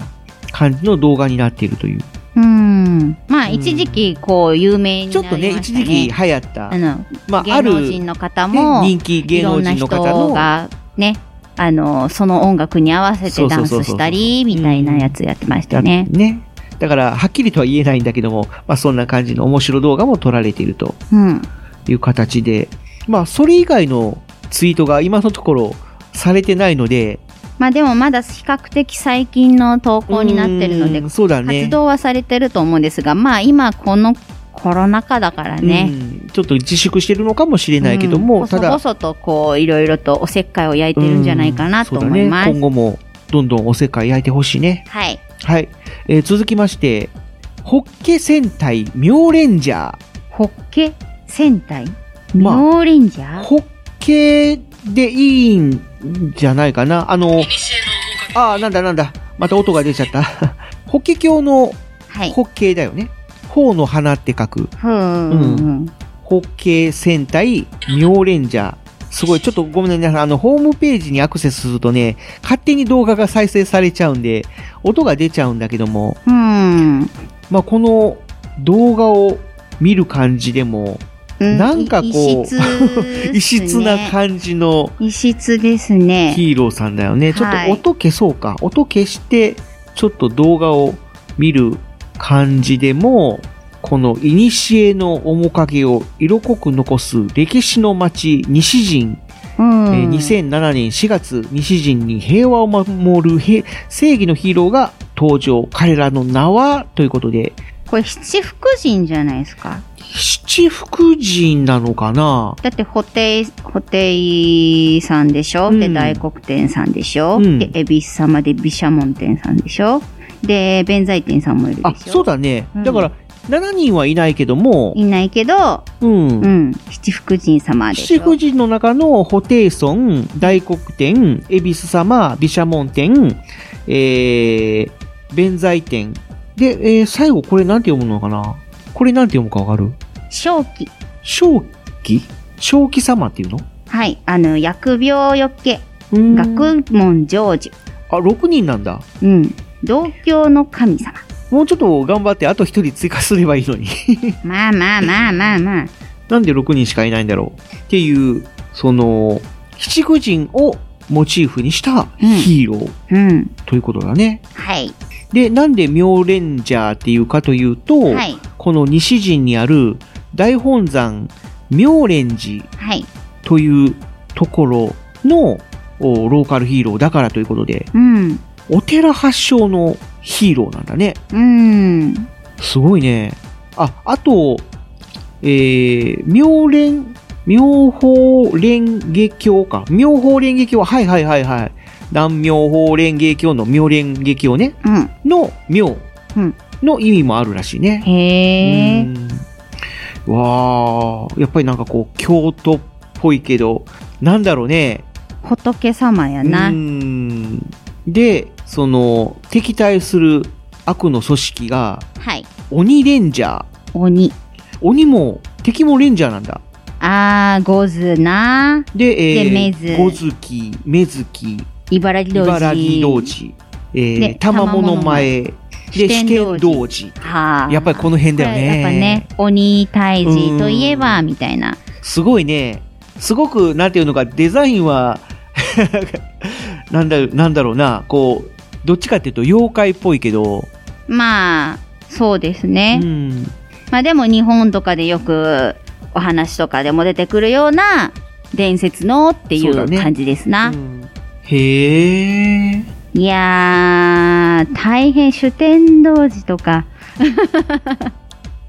Speaker 4: 感じの動画になっているという。
Speaker 5: うん。まあ、一時期、こう、有名になりましたね。
Speaker 4: ちょっとね一時期流行った
Speaker 5: あの、
Speaker 4: まあ
Speaker 5: 芸能人の方も、
Speaker 4: あるね人気芸能人の方の
Speaker 5: いろんな人が、ね、あの、その音楽に合わせてダンスしたり、みたいなやつやってましたね。
Speaker 4: ね。だから、はっきりとは言えないんだけども、まあそんな感じの面白動画も撮られていると
Speaker 5: うん。
Speaker 4: いう形で、まあそれ以外のツイートが今のところされてないので、
Speaker 5: まあでもまだ比較的最近の投稿になってるので、
Speaker 4: うんそうだね
Speaker 5: 活動はされてると思うんですが、まあ今このコロナ禍だからね、
Speaker 4: うんちょっと自粛してるのかもしれないけども、
Speaker 5: こ
Speaker 4: た
Speaker 5: そ
Speaker 4: だ
Speaker 5: こ、そとこういろいろとおせっかいを焼いてるんじゃないかなと
Speaker 4: そうだ
Speaker 5: 思い
Speaker 4: ね、
Speaker 5: ます。
Speaker 4: 今後もどんどんおせっかい焼いてほしいね。
Speaker 5: はい。
Speaker 4: はい、えー続きまして、ホッケ戦隊妙レンジャー。
Speaker 5: ホッケ戦隊
Speaker 4: まあ
Speaker 5: 妙レンジャー
Speaker 4: ホッケでいいんじゃないかな。あの、ああ、なんだなんだ。また音が出ち ゃった。ホッケ教のホッケだよね。頬の花って書く。
Speaker 5: ふーん。
Speaker 4: ホッケ戦隊妙レンジャー。すごい、ちょっとごめんなさい。あの、ホームページにアクセスするとね、勝手に動画が再生されちゃうんで、音が出ちゃうんだけども、
Speaker 5: うん。
Speaker 4: まあ、この動画を見る感じでも、
Speaker 5: うん
Speaker 4: なんかこう、
Speaker 5: 異質
Speaker 4: 異質な感じの
Speaker 5: 異質ですね。
Speaker 4: ヒーローさんだよね。ちょっ
Speaker 5: はい
Speaker 4: と音消そうか。音消して、ちょっと動画を見る感じでも、この古の面影を色濃く残す歴史の街西陣、
Speaker 5: うん
Speaker 4: えー2007年4月西陣に平和を守るへ正義のヒーローが登場。彼らの名はということで、
Speaker 5: これ七福神じゃないですか。
Speaker 4: 七福神なのかな
Speaker 5: だって、ホテイ、ホテイさんでしょ、で、大黒天さんでしょ、
Speaker 4: うん
Speaker 5: で、恵比寿様で毘沙門天さんでしょで、弁財天さんもいるでしょ
Speaker 4: あ、そうだね。
Speaker 5: うん
Speaker 4: だから、7人はいないけども、
Speaker 5: いないけど、
Speaker 4: うん。
Speaker 5: うん。七福神様でし
Speaker 4: 七
Speaker 5: ょ。
Speaker 4: 福神の中の布袋尊、大黒天、恵比寿様、毘沙門天、えー、弁財天。で、えー最後これなんて読むのかなこれなんて読むかわかる
Speaker 5: 正気。
Speaker 4: 正気正気様っていうの
Speaker 5: はい。あの、疫病よけ。
Speaker 4: ん
Speaker 5: 学問成就。
Speaker 4: あ、6人なんだ。
Speaker 5: うん。同郷の神様。
Speaker 4: もうちょっと頑張ってあと1人追加すればいいのに。
Speaker 5: まあまあまあまあまあ。
Speaker 4: なんで6人しかいないんだろうっていう、その、七福神をモチーフにしたヒーロー、
Speaker 5: うん
Speaker 4: ということだね。
Speaker 5: はい。
Speaker 4: で、なんで妙レンジャーっていうかというと、
Speaker 5: はい
Speaker 4: この西陣にある大本山妙蓮寺
Speaker 5: はい。
Speaker 4: というところのおローカルヒーローだからということで、
Speaker 5: うん。
Speaker 4: お寺発祥のヒーローなんだね。
Speaker 5: うん。
Speaker 4: すごいね。あ、あと、えー、妙蓮、妙法蓮華経か。妙法蓮華経は、はいはいはいはい。南妙法蓮華経の妙蓮華経ね。の妙の意味もあるらしいね。
Speaker 5: へ
Speaker 4: え。わあ、やっぱりなんかこう、京都っぽいけど、なんだろうね。
Speaker 5: 仏様や
Speaker 4: う
Speaker 5: な。
Speaker 4: ん。で、その、敵対する悪の組織が、
Speaker 5: はい。
Speaker 4: 鬼レンジャー。
Speaker 5: 鬼。
Speaker 4: 鬼も、敵もレンジャーなんだ。
Speaker 5: あー、ゴズな。
Speaker 4: で、え
Speaker 5: で、
Speaker 4: ー、
Speaker 5: メズ。
Speaker 4: ゴズキ、メズキ、
Speaker 5: 茨城道
Speaker 4: 茨城
Speaker 5: 寺。
Speaker 4: 童子、え
Speaker 5: で
Speaker 4: ー、玉物前、で、
Speaker 5: 四
Speaker 4: 四
Speaker 5: 天
Speaker 4: 天童子。
Speaker 5: はあ。
Speaker 4: やっぱりこの辺だよ
Speaker 5: やっぱね
Speaker 4: ね。、
Speaker 5: 鬼退治といえば、みたいな。
Speaker 4: すごいね。すごく、なんていうのか、デザインは、 なんだ、なんだろうな、こう、どっちかっていうと妖怪っぽいけど、
Speaker 5: まあ、そうですね。
Speaker 4: うん。
Speaker 5: まあでも日本とかでよくお話とかでも出てくるような伝説のってい
Speaker 4: そうだ
Speaker 5: う
Speaker 4: ね
Speaker 5: 感じですな。
Speaker 4: へえ。
Speaker 5: いやー、大変、主天童寺とか、。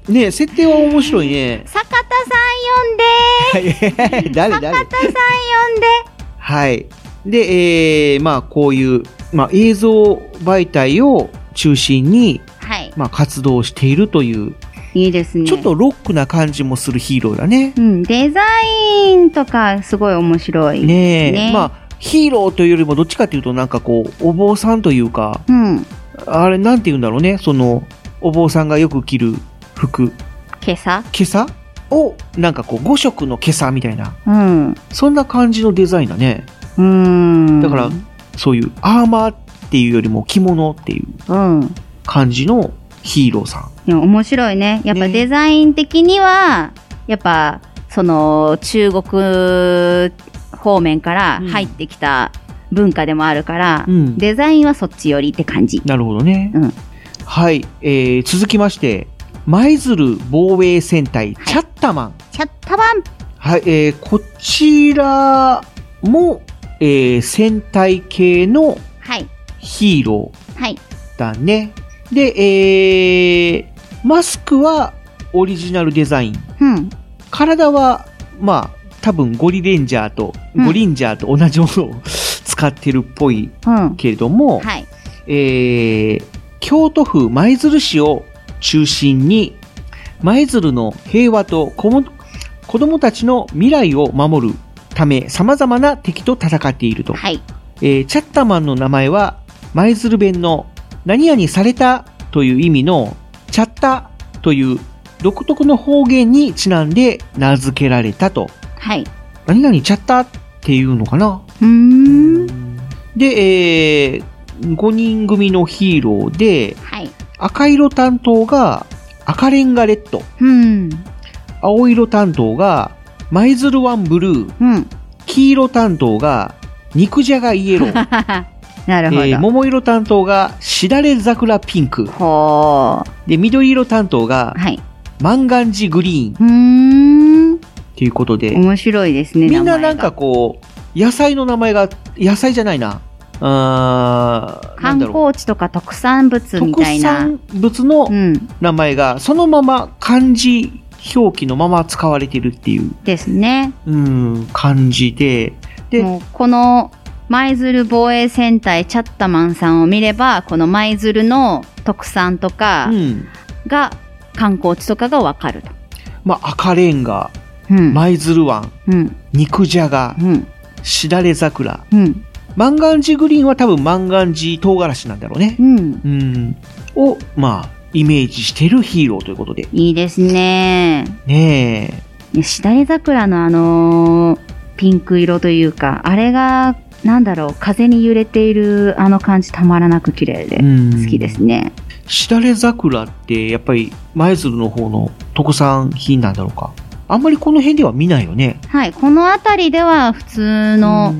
Speaker 4: ねえ設定は面白いね
Speaker 5: 坂田さん呼んで
Speaker 4: 誰 誰
Speaker 5: 坂田さん呼んで
Speaker 4: はい。で、えー、まあこういう、まあ映像媒体を中心に、
Speaker 5: はい。
Speaker 4: まあ活動しているという、
Speaker 5: いいですね。
Speaker 4: ちょっとロックな感じもするヒーローだね。
Speaker 5: うん、デザインとかすごい面白い。
Speaker 4: ねえ、
Speaker 5: ね
Speaker 4: まあヒーローというよりもどっちかというとなんかこう、お坊さんというか、
Speaker 5: うん。
Speaker 4: あれなんて言うんだろうね、その、お坊さんがよく着る服、
Speaker 5: 今朝
Speaker 4: 袈裟を、なんかこう5色の袈裟みたいな。
Speaker 5: うん。
Speaker 4: そんな感じのデザインだね。
Speaker 5: うん。
Speaker 4: だから、そういうアーマーっていうよりも着物っていう
Speaker 5: うん。
Speaker 4: 感じのヒーローさ
Speaker 5: い
Speaker 4: ん。
Speaker 5: や面白いね。やっぱデザイン的には、やっぱ、その、中国方面から入ってきた文化でもあるから、
Speaker 4: うん
Speaker 5: デザインはそっち寄りって感じ。
Speaker 4: なるほどね。
Speaker 5: うん
Speaker 4: はい、えー続きまして、舞鶴防衛戦隊、チャッタマン。
Speaker 5: チャッタマン
Speaker 4: はい、えーこちらも、えー戦隊系の
Speaker 5: はい。
Speaker 4: ヒーロ
Speaker 5: はい。
Speaker 4: ーだね。で、えーマスクはオリジナルデザイン。
Speaker 5: うん。
Speaker 4: 体は、まあ、多分ゴリレンジャーと、
Speaker 5: うん
Speaker 4: ゴリンジャーと同じものを使ってるっぽい
Speaker 5: うん。
Speaker 4: けれども、
Speaker 5: はい。
Speaker 4: えー京都府舞鶴市を中心に、舞鶴の平和と子も子供たちの未来を守るため、様々な敵と戦っていると。
Speaker 5: はい。
Speaker 4: えーチャッタマンの名前は、舞鶴弁の何々されたという意味の、チャッタという独特の方言にちなんで名付けられたと。
Speaker 5: はい。
Speaker 4: 何々チャッタっていうのかな
Speaker 5: うーん。
Speaker 4: で、えー、5人組のヒーローで、
Speaker 5: はい。
Speaker 4: 赤色担当が赤レンガレッド、
Speaker 5: うん。
Speaker 4: 青色担当が舞鶴ワンブルー、
Speaker 5: うん。
Speaker 4: 黄色担当が肉じゃがイエロ ー、
Speaker 5: なるほど。
Speaker 4: えー桃色担当がしだれ桜ピンク、で緑色担当が、マンガンジグリーン
Speaker 5: うーん。
Speaker 4: ということで、
Speaker 5: 面白いですね、
Speaker 4: みんな
Speaker 5: 名前
Speaker 4: なんかこう、野菜の名前が、野菜じゃないな。あーなん
Speaker 5: 観
Speaker 4: だろう
Speaker 5: 光地とか特産物みたいな。
Speaker 4: 特産物の名前がそのまま漢字表記のまま使われてるっていう、
Speaker 5: ですね。
Speaker 4: うん、感じで、
Speaker 5: もうこの舞鶴防衛戦隊チャッタマンさんを見れば、この舞鶴の特産とか
Speaker 4: うん
Speaker 5: が、観光地とかがわかると。
Speaker 4: まあ、赤レンガ、舞鶴湾、
Speaker 5: うん。
Speaker 4: 肉じゃが、しだれ桜、
Speaker 5: うん。
Speaker 4: マンガンジグリーンは多分マンガンジ唐辛子なんだろうね。
Speaker 5: うん。
Speaker 4: を、まあ、イメージしてるヒーローということで。
Speaker 5: いいですね。
Speaker 4: ね
Speaker 5: い
Speaker 4: え。
Speaker 5: やしだれ桜のあのーピンク色というか、あれが、なんだろう、風に揺れているあの感じたまらなく綺麗で、
Speaker 4: うん
Speaker 5: 好きですね。
Speaker 4: しだれ桜って、やっぱり舞鶴の方の特産品なんだろうか。あんまりこの辺では見ないよね。
Speaker 5: はい、この辺りでは普通の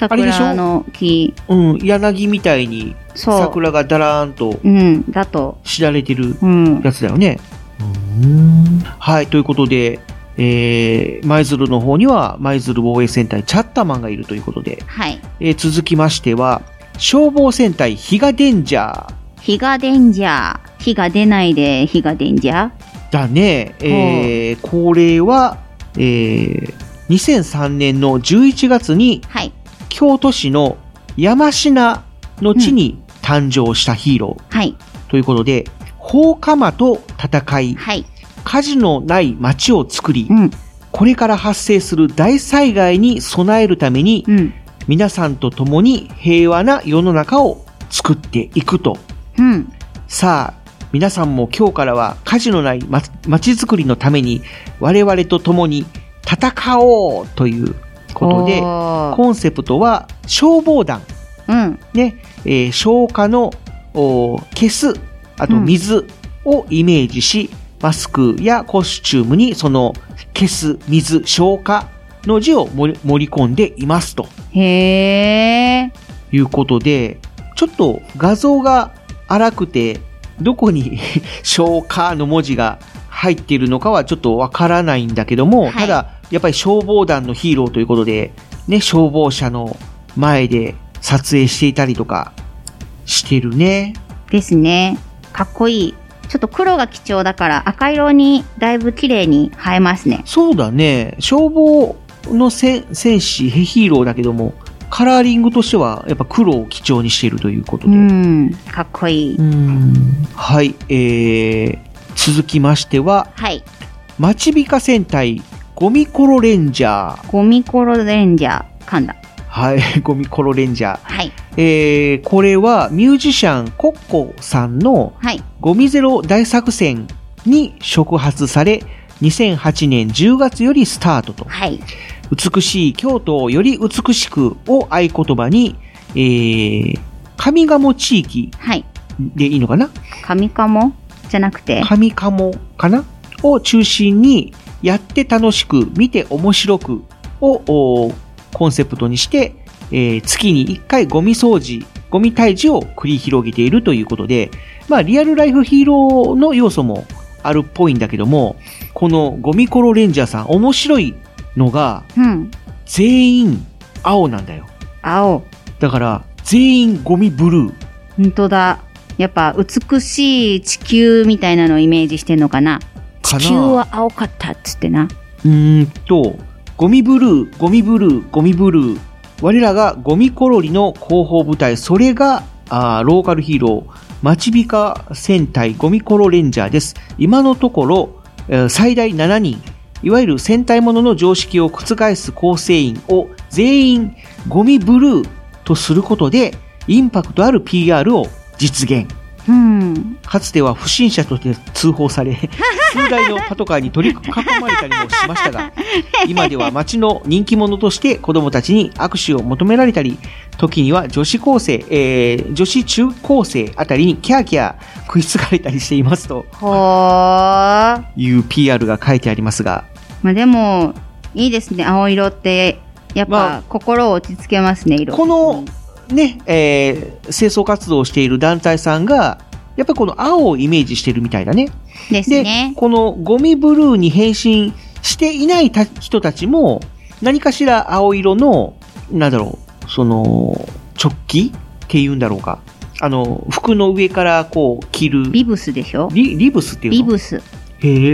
Speaker 4: あれでし
Speaker 5: 桜の
Speaker 4: ょ
Speaker 5: 木、
Speaker 4: うん、柳みたいに
Speaker 5: そう
Speaker 4: 桜がだらーんと
Speaker 5: うん、だと、
Speaker 4: しだれてる
Speaker 5: うん
Speaker 4: やつだよね。はい、ということで、えー、舞鶴の方には舞鶴防衛戦隊チャッタマンがいるということで、
Speaker 5: はい。
Speaker 4: えー続きましては、消防戦隊ヒガデンジャー
Speaker 5: 日が出んじゃ、日が出ないで日が出んじゃ。
Speaker 4: だね。えー、これは、えー、2003年の11月に、京都市の山科の地に誕生したヒーロー。
Speaker 5: はい。
Speaker 4: ということで、放火魔と戦い、火事のない町を作り、これから発生する大災害に備えるために、皆さんと共に平和な世の中を作っていくと。
Speaker 5: うん。
Speaker 4: さあ、皆さんも今日からは火事のないまちづくりのために我々と共に戦おうということで、
Speaker 5: おー
Speaker 4: コンセプトは消防団。
Speaker 5: うん。
Speaker 4: ね、えー消火のおー消す、あと水をイメージし、マスクやコスチュームにその消す、水、消火の字を盛り盛り込んでいますと。
Speaker 5: へえ。
Speaker 4: ということで、ちょっと画像が荒くて、どこに 消火の文字が入っているのかはちょっとわからないんだけども、ただ、やっぱり消防団のヒーローということで、ね、消防車の前で撮影していたりとかしてるね。
Speaker 5: ですね。かっこいい。ちょっと黒が貴重だから赤色にだいぶ綺麗に映えますね。
Speaker 4: そうだね、消防の戦戦士、ヒーローだけども、カラーリングとしてはやっぱ黒を基調にしているということで。
Speaker 5: うん。かっこいい。
Speaker 4: はい、えー、続きましては、
Speaker 5: はい。
Speaker 4: 町びか戦隊ゴミコロレンジャー。
Speaker 5: ゴミコロレンジャー、噛んだ。
Speaker 4: はい、 ゴミコロレンジャー。
Speaker 5: はい。
Speaker 4: えー、これはミュージシャンコッコさんの
Speaker 5: はい。
Speaker 4: ゴミゼロ大作戦に触発され、2008年10月よりスタートと。美しい京都をより美しくを合言葉に、えー、上賀茂地域でいいのかな、
Speaker 5: 上鴨じゃなくて。
Speaker 4: 上鴨かなを中心に、やって楽しく、見て面白くをおーコンセプトにして、えー月に1回ゴミ掃除、ゴミ退治を繰り広げているということで、まあ、リアルライフヒーローの要素もあるっぽいんだけども、このゴミコロレンジャーさん、面白いのが、
Speaker 5: うん。
Speaker 4: 全員青なんだよ。
Speaker 5: 青。
Speaker 4: だから、全員ゴミブルー。
Speaker 5: 本当だ。やっぱ美しい地球みたいなのをイメージしてんのかな。
Speaker 4: かな
Speaker 5: 地球は青かったっつってな。
Speaker 4: うーんと、ゴミブルー、ゴミブルー、ゴミブルー。我らがゴミコロリの広報部隊、それが、あーローカルヒーロー、町ビカ戦隊ゴミコロレンジャーです。今のところ、えー最大7人、いわゆる戦隊ものの常識を覆す構成員を全員ゴミブルーとすることで、インパクトある PR を実現。
Speaker 5: うん。
Speaker 4: かつては不審者として通報 され、数台のパトカーに取り囲まれたりもしまし たが、今では町の人気者として子供たちに握手を求められたり、時には女子高生、えー女子中高生あたりにキャーキャー食いつかれたりしていますと
Speaker 5: ほー。ま
Speaker 4: いう PR が書いてありますが、
Speaker 5: あでも、いいですね。青色って、やっぱ心を落ち着けますね、色。
Speaker 4: この、ね、えー清掃活動をしている団体さんが、やっぱりこの青をイメージしてるみたいだね。
Speaker 5: ですね。
Speaker 4: このゴミブルーに変身していないた人たちも、何かしら青色の、なんだろう、その、直帰っていうんだろうか。あの、服の上からこう着る。リ
Speaker 5: ブスでしょ
Speaker 4: リリブスっていうの
Speaker 5: リブス。
Speaker 4: へ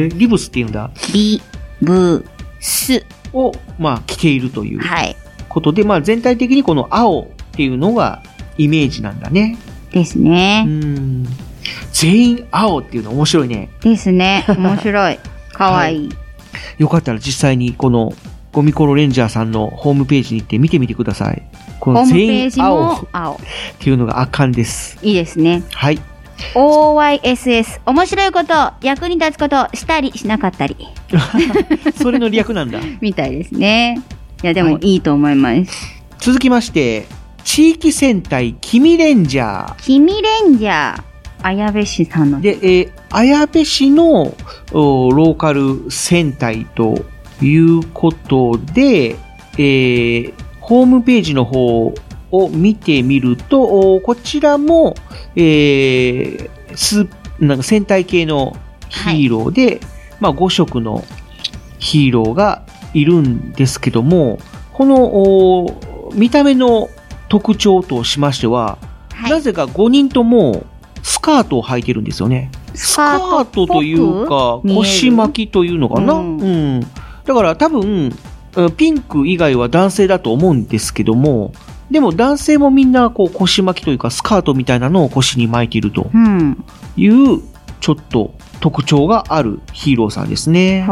Speaker 4: え、リブスっていうんだ。
Speaker 5: リブス
Speaker 4: を、まあ、着ているという
Speaker 5: はい
Speaker 4: ことで、まあ、全体的にこの青っていうのがイメージなんだね。
Speaker 5: ですね。
Speaker 4: うん。全員青っていうの面白いね。
Speaker 5: です ね。面白い。かわいい。
Speaker 4: よかったら実際にこのゴミコロレンジャーさんのホームページに行って見てみてください。
Speaker 5: ホ
Speaker 4: この
Speaker 5: ーム
Speaker 4: 全
Speaker 5: ペー
Speaker 4: 員
Speaker 5: ジ
Speaker 4: 青っ
Speaker 5: も青。
Speaker 4: ていうのが圧巻です。
Speaker 5: いいですね。
Speaker 4: はい。
Speaker 5: OYSS。面白いこと、役に立つこと、したりしなかったり。
Speaker 4: それの略なんだ。
Speaker 5: みたいですね。いや、でもいいと思います。
Speaker 4: 続きまして、地域戦隊君レンジャー。
Speaker 5: 君レンジャー。綾部市さんの。
Speaker 4: で、えー綾部市のおローカル戦隊ということで、えーホームページの方を見てみると、おこちらも、えースーなんか戦隊系のヒーローで、まあ、5色のヒーローがいるんですけども、このお見た目の特徴としましては、なぜか5人ともスカートを履いてるんですよね。
Speaker 5: スカ
Speaker 4: ートというか、腰巻きというのかな、うんだから多分、えピンク以外は男性だと思うんですけども、でも男性もみんなこう腰巻きというかスカートみたいなのを腰に巻いていると
Speaker 5: うん。
Speaker 4: いうちょっと特徴があるヒーローさんですね。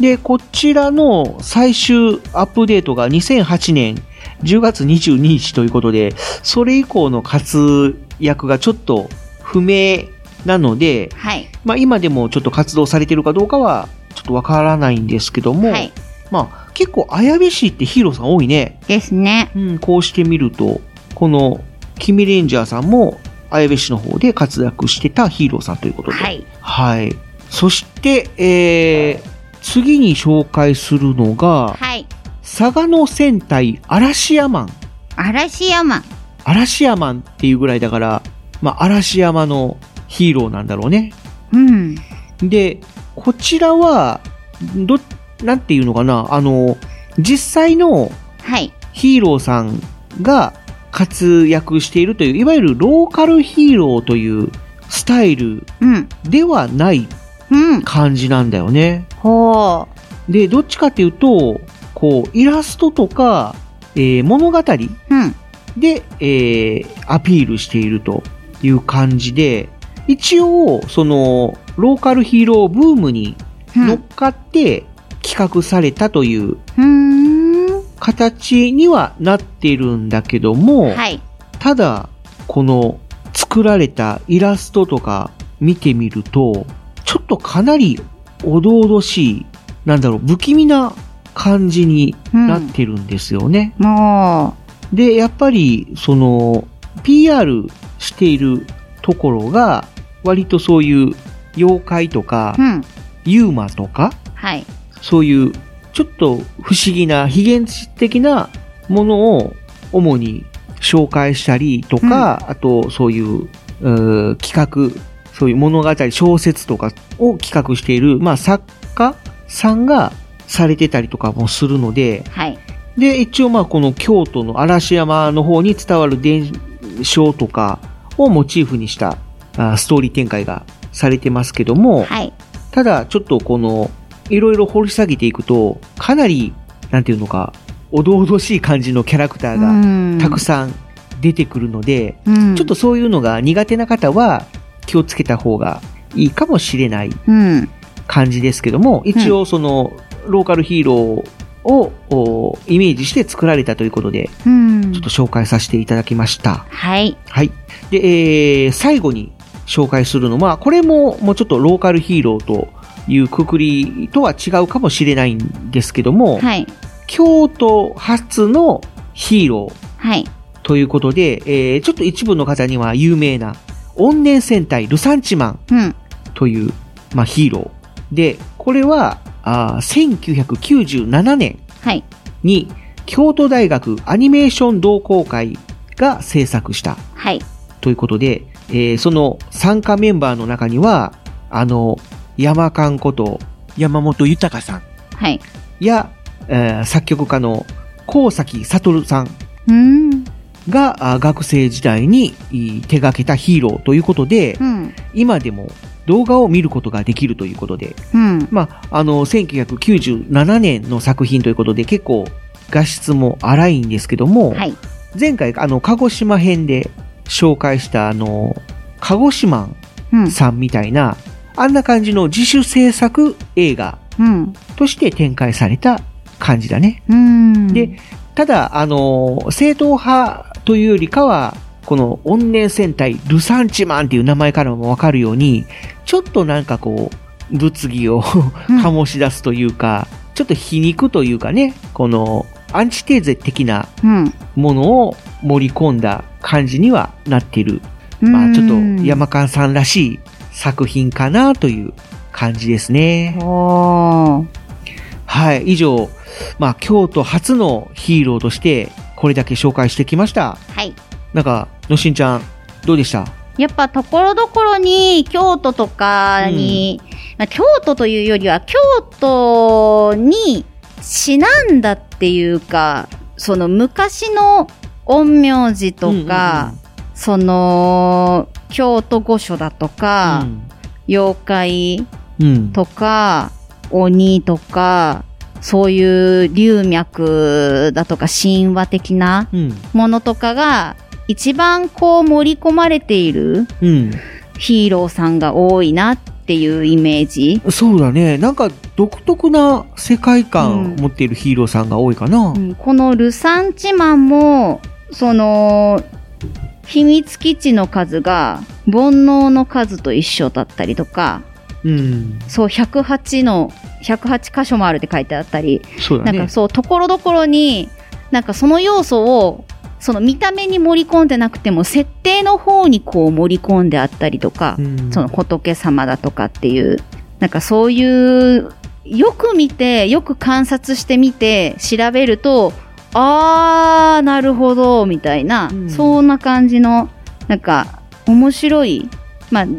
Speaker 4: で、こちらの最終アップデートが2008年10月22日ということで、それ以降の活躍がちょっと不明なので、
Speaker 5: はい。
Speaker 4: まあ今でもちょっと活動されてるかどうかはちょっとわからないんですけども、
Speaker 5: はい
Speaker 4: まあ結構綾部市ってヒーローさん多いね。
Speaker 5: ですね。
Speaker 4: うん、こうしてみると、この君レンジャーさんも綾部市の方で活躍してたヒーローさんということで。
Speaker 5: はい。
Speaker 4: はい。そして、えー、次に紹介するのが、
Speaker 5: はい。
Speaker 4: 佐賀の戦隊嵐山。
Speaker 5: 嵐山。
Speaker 4: 嵐山っていうぐらいだから、まあ、嵐山のヒーローなんだろうね。
Speaker 5: うん。
Speaker 4: で、こちらは、ど、なんていうのかな、あの、実際の
Speaker 5: はい。
Speaker 4: ヒーローさんが活躍しているという、いわゆるローカルヒーローというスタイルではない感じなんだよね。
Speaker 5: ほ
Speaker 4: う。で、どっちかっていうと、こう、イラストとか、えー物語で、えーアピールしているという感じで、一応、その、ローカルヒーローブームに乗っかって企画されたという
Speaker 5: うーん。
Speaker 4: 形にはなってるんだけども、
Speaker 5: はい。
Speaker 4: ただ、この作られたイラストとか見てみると、ちょっとかなりおどおどしい、なんだろう、不気味な感じになってるんですよね。
Speaker 5: も
Speaker 4: う。で、やっぱり、その、PR しているところが、割とそういう妖怪とか、
Speaker 5: うん。
Speaker 4: ユーマとか、
Speaker 5: はい。
Speaker 4: そういう、ちょっと不思議な、非現実的なものを主に紹介したりとか、あとそういううー企画、そういう物語、小説とかを企画している、まあ作家さんがされてたりとかもするので、
Speaker 5: はい。
Speaker 4: で、一応まあこの京都の嵐山の方に伝わる伝承とかをモチーフにしたあストーリー展開がされてますけども、ただちょっとこの、いろいろ掘り下げていくと、かなり、なんていうのか、おどおどしい感じのキャラクターがたくさん出てくるので、
Speaker 5: うん
Speaker 4: ちょっとそういうのが苦手な方は気をつけた方がいいかもしれない
Speaker 5: うん。
Speaker 4: 感じですけども、一応その、ローカルヒーローをおイメージして作られたということで、
Speaker 5: うん
Speaker 4: ちょっと紹介させていただきました。
Speaker 5: はい。
Speaker 4: はい。で、えー最後に紹介するのは、これももうちょっとローカルヒーローというくくりとは違うかもしれないんですけども、
Speaker 5: はい。
Speaker 4: 京都発のヒーロー
Speaker 5: はい。
Speaker 4: ということで、えーちょっと一部の方には有名な、怨念戦隊ルサンチマン
Speaker 5: うん。
Speaker 4: という、まあ、ヒーロー。で、これは、あー1997年
Speaker 5: はい。
Speaker 4: に京都大学アニメーション同好会が制作した
Speaker 5: はい。
Speaker 4: ということで、えーその参加メンバーの中には、あの、山勘こと山本豊さん
Speaker 5: はい。
Speaker 4: や、えー作曲家の高崎悟さん
Speaker 5: うん。
Speaker 4: があ学生時代にい手掛けたヒーローということで、
Speaker 5: うん。
Speaker 4: 今でも動画を見ることができるということで、
Speaker 5: うん。
Speaker 4: まあ、あの、1997年の作品ということで、結構画質も荒いんですけども、
Speaker 5: はい。
Speaker 4: 前回、あの、鹿児島編で紹介した、あの、鹿児島さんみたいな、あんな感じの自主制作映画
Speaker 5: うん。
Speaker 4: として展開された感じだね。
Speaker 5: うん。
Speaker 4: で、ただ、あの、正統派というよりかは、この怨念戦隊ルサンチマンっていう名前からもわかるように、ちょっとなんかこう、物議を 醸し出すというか、ちょっと皮肉というかね、このアンチテーゼ的な
Speaker 5: うん。
Speaker 4: ものを盛り込んだ感じにはなっている。まあちょっと山間さんらしい作品かなという感じですね。
Speaker 5: おー。
Speaker 4: はい、以上、まあ、京都初のヒーローとして、これだけ紹介してきました。
Speaker 5: はい。
Speaker 4: なんか、のしんちゃん、どうでした
Speaker 5: やっぱところどころに京都とかに、まあ、京都というよりは京都にちなんだっていうか、その昔の陰陽師とか、その京都御所だとか、妖怪
Speaker 4: うん。
Speaker 5: とか、鬼とか、そういう龍脈だとか神話的な
Speaker 4: うん。
Speaker 5: ものとかが一番こう盛り込まれている
Speaker 4: うん。
Speaker 5: ヒーローさんが多いなっていうイメージ。
Speaker 4: そうだね。なんか、独特な世界観を持っているヒーローさんが多いかな。うん。
Speaker 5: このルサンチマンも、その、秘密基地の数が煩悩の数と一緒だったりとか、そう、108の、108箇所もあるって書いてあったり、
Speaker 4: そうだね
Speaker 5: なんかそう、ところどころに、なんかその要素を、その見た目に盛り込んでなくても、設定の方にこう盛り込んであったりとか、その仏様だとかっていう、なんかそういう、よく見て、よく観察してみて、調べると、あー、なるほど、みたいな、そんな感じの、なんか、面白いまあ、ど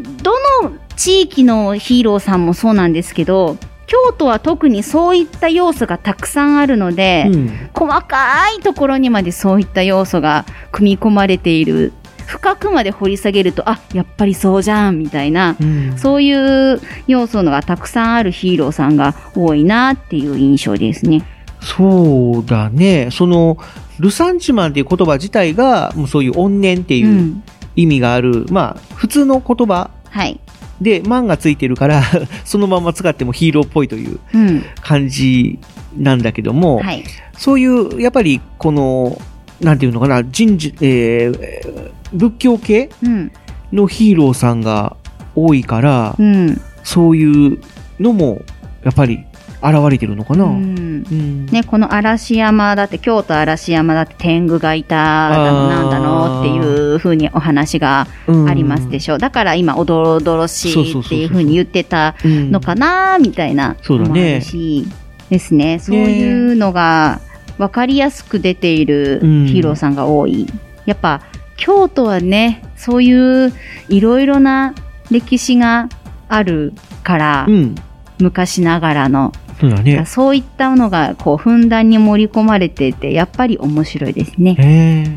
Speaker 5: の地域のヒーローさんもそうなんですけど、京都は特にそういった要素がたくさんあるので、
Speaker 4: うん
Speaker 5: 細かいところにまでそういった要素が組み込まれている。深くまで掘り下げると、あ、やっぱりそうじゃん、みたいな、そういう要素のがたくさんあるヒーローさんが多いなっていう印象ですね。
Speaker 4: そうだね。その、ルサンチマンっていう言葉自体が、もうそういう怨念っていう意味がある、まあ、普通の言葉。
Speaker 5: はい。
Speaker 4: で、マンがついてるから、 そのまま使ってもヒーローっぽいという
Speaker 5: うん。
Speaker 4: 感じなんだけども、
Speaker 5: はい。
Speaker 4: そういう、やっぱり、この、なんていうのかな、人事、えーえー仏教系
Speaker 5: うん。
Speaker 4: のヒーローさんが多いから、
Speaker 5: うん。
Speaker 4: そういうのも、やっぱり、現れてるのかな。
Speaker 5: うんね、この嵐山だって、京都嵐山だって天狗がいただの、
Speaker 4: あー
Speaker 5: なんだのっていうふうにお話がありますでしょう。だから今、おどろおどろし
Speaker 4: そうそ
Speaker 5: いうっ
Speaker 4: そうそ
Speaker 5: て
Speaker 4: う
Speaker 5: いうふうに言ってたのかな、みたいな。
Speaker 4: そうだね
Speaker 5: し、ですね。そういうのが分かりやすく出ているヒーローさんが多い。やっぱ、京都はね、そういういろいろな歴史があるから、
Speaker 4: うん
Speaker 5: 昔ながらの
Speaker 4: そうだね。
Speaker 5: そういったのがこうふんだんに盛り込まれていてやっぱり面白いですね。
Speaker 4: へー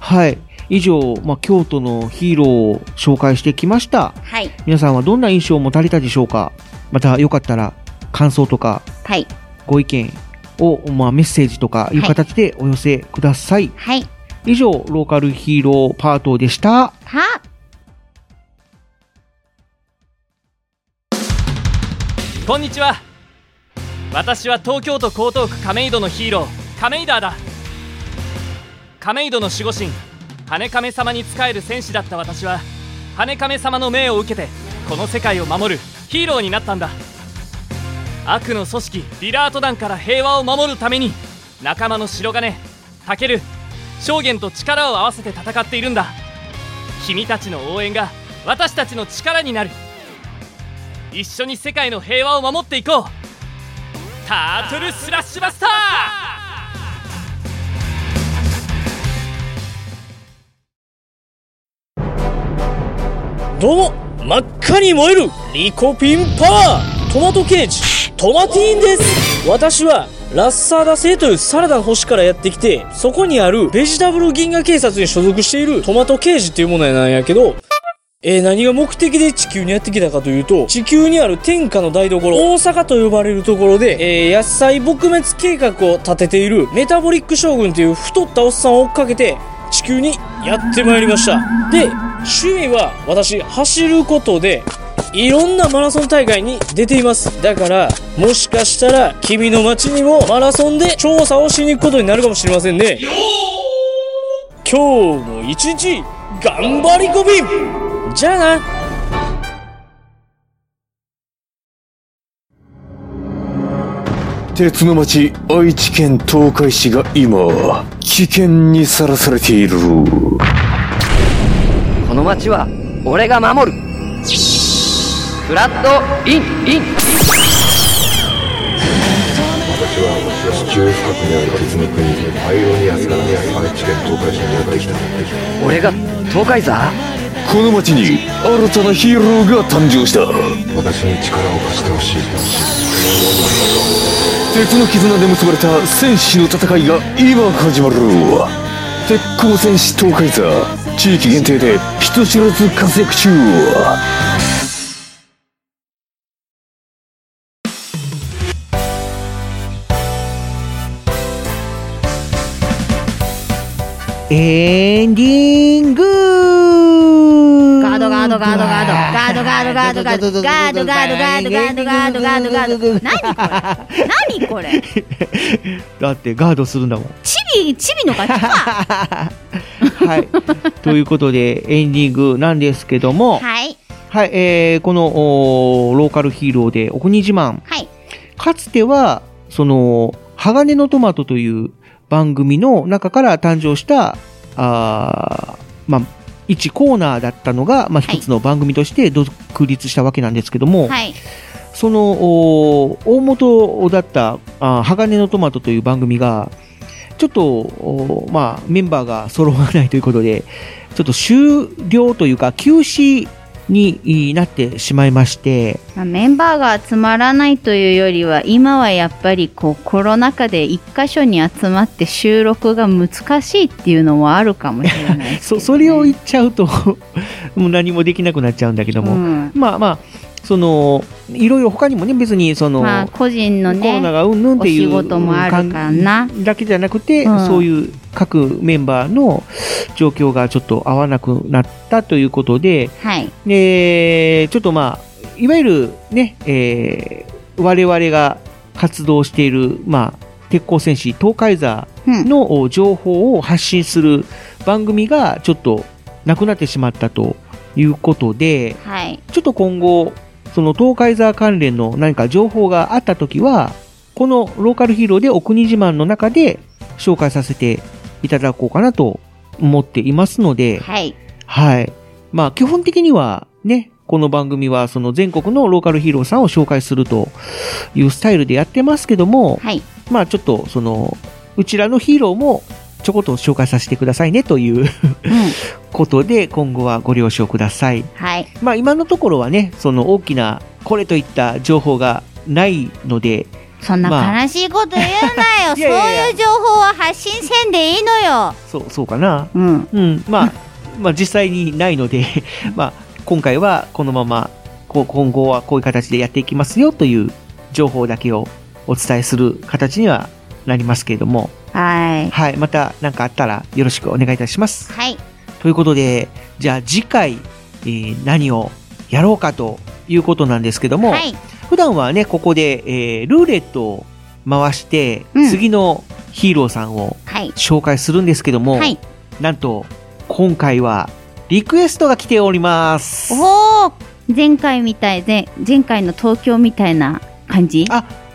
Speaker 4: はい。以上、まあ、京都のヒーローを紹介してきました。
Speaker 5: はい。
Speaker 4: 皆さんはどんな印象を持たれたでしょうかまたよかったら感想とか
Speaker 5: はい。
Speaker 4: ご意見を、まあ、メッセージとかいう形でお寄せください。
Speaker 5: はい。
Speaker 4: 以上、ローカルヒーローパートでした。
Speaker 5: は
Speaker 14: こんにちは私は東京都江東区亀戸のヒーロー亀井ダーだ亀戸の守護神羽亀様に仕える戦士だった私は羽亀様の命を受けてこの世界を守るヒーローになったんだ悪の組織リラート団から平和を守るために仲間の白金タケル証言と力を合わせて戦っているんだ君たちの応援が私たちの力になる一緒に世界の平和を守っていこうタートルスラッシュバスタ
Speaker 15: どうも真っ赤に燃えるリコピンパワートマトケージトマティーンです私はラッサーダ星というサラダの星からやってきてそこにあるベジタブル銀河警察に所属しているトマトケージっていうものなんやけどえー何が目的で地球にやってきたかというと、地球にある天下の台所、大阪と呼ばれるところで、えー野菜撲滅計画を立てているメタボリック将軍という太ったおっさんを追っかけて、地球にやってまいりました。で、趣味は私、走ることで、いろんなマラソン大会に出ています。だから、もしかしたら、君の街にもマラソンで調査をしに行くことになるかもしれませんね。今日も一日、頑張りこびじゃあな
Speaker 16: 鉄の町愛知県東海市が今危険にさらされている
Speaker 17: この街は俺が守るフラットインイン
Speaker 18: 私は地中深くにある鉄の国パイオニアスから愛知県東海市にやってきた
Speaker 17: 俺が東海座
Speaker 16: この町に新たなヒーローが誕生した
Speaker 18: 私に力を貸してほしい
Speaker 16: 鉄の絆で結ばれた戦士の戦いが今始まる鉄鋼戦士東海座地域限定で人知らず活躍中
Speaker 4: エンディング
Speaker 10: ガードガードガードガードガードガードガードガードガードガードガードガードガードガードガードガード何これ
Speaker 5: 何これ
Speaker 4: だってガードするんだもん。
Speaker 5: チビ、チビのガチか。
Speaker 4: ということで、エンディングなんですけども、
Speaker 5: はい。
Speaker 4: はい、えーこのおーローカルヒーローで、お国自慢。
Speaker 5: はい。
Speaker 4: かつては、その、鋼のトマトという番組の中から誕生した、あーまあ、一コーナーだったのが、まあ、一つの番組として独立したわけなんですけども、
Speaker 5: はい。
Speaker 4: その、おー大元だった、あー鋼のトマトという番組が、ちょっと、おーまあ、メンバーが揃わないということで、ちょっと終了というか、休止にいなってしまいまして、
Speaker 5: まあ、メンバーが集まらないというよりは今はやっぱりこうコロナ禍で一箇所に集まって収録が難しいっていうのはあるかもしれない
Speaker 4: そそれを言っちゃうともう何もできなくなっちゃうんだけど
Speaker 5: う
Speaker 4: も、
Speaker 5: ん
Speaker 4: まあまあそのいろいろ他にもね別にその、
Speaker 5: まあ個人のね
Speaker 4: コロナがうんぬんっていう
Speaker 5: お仕事もあるからな
Speaker 4: だけじゃなくて、
Speaker 5: うん
Speaker 4: そういう各メンバーの状況がちょっと合わなくなったということで、
Speaker 5: はい
Speaker 4: でちょっとまあいわゆるね、えー我々が活動している、まあ、鉄鋼戦士東海座のお情報を発信する番組がちょっとなくなってしまったということで、
Speaker 5: はい
Speaker 4: ちょっと今後、その東海座関連の何か情報があったときは、このローカルヒーローでお国自慢の中で紹介させていただこうかなと思っていますので、
Speaker 5: はい。
Speaker 4: はい。まあ、基本的にはね、この番組はその全国のローカルヒーローさんを紹介するというスタイルでやってますけども、まあちょっとその、うちらのヒーローもちょこっと紹介させてくださいねという、ことで今後はご了承ください。
Speaker 5: はい。
Speaker 4: まあ今のところはね、その大きなこれといった情報がないので、
Speaker 10: そんな悲しいこと言うなよ、そ ういう情報は発信せんでいいのよ
Speaker 4: そうそうかな、
Speaker 10: うん
Speaker 4: まあ、まあ実際にないので、 まあ、今回はこのままこう今後はこういう形でやっていきますよという情報だけをお伝えする形にはなりますけれども、
Speaker 10: はい
Speaker 4: はい、また何かあったらよろしくお願いいたします。
Speaker 10: はい
Speaker 4: ということで、じゃあ次回、えー何をやろうかということなんですけども、
Speaker 10: はい
Speaker 4: 普段はね、ここで、えールーレットを回して、次のヒーローさんを
Speaker 10: はい
Speaker 4: 紹介するんですけども、
Speaker 10: はい
Speaker 4: なんと、今回はリクエストが来ております。
Speaker 10: おお
Speaker 5: 前回みたい前前回の東京みたいな感じ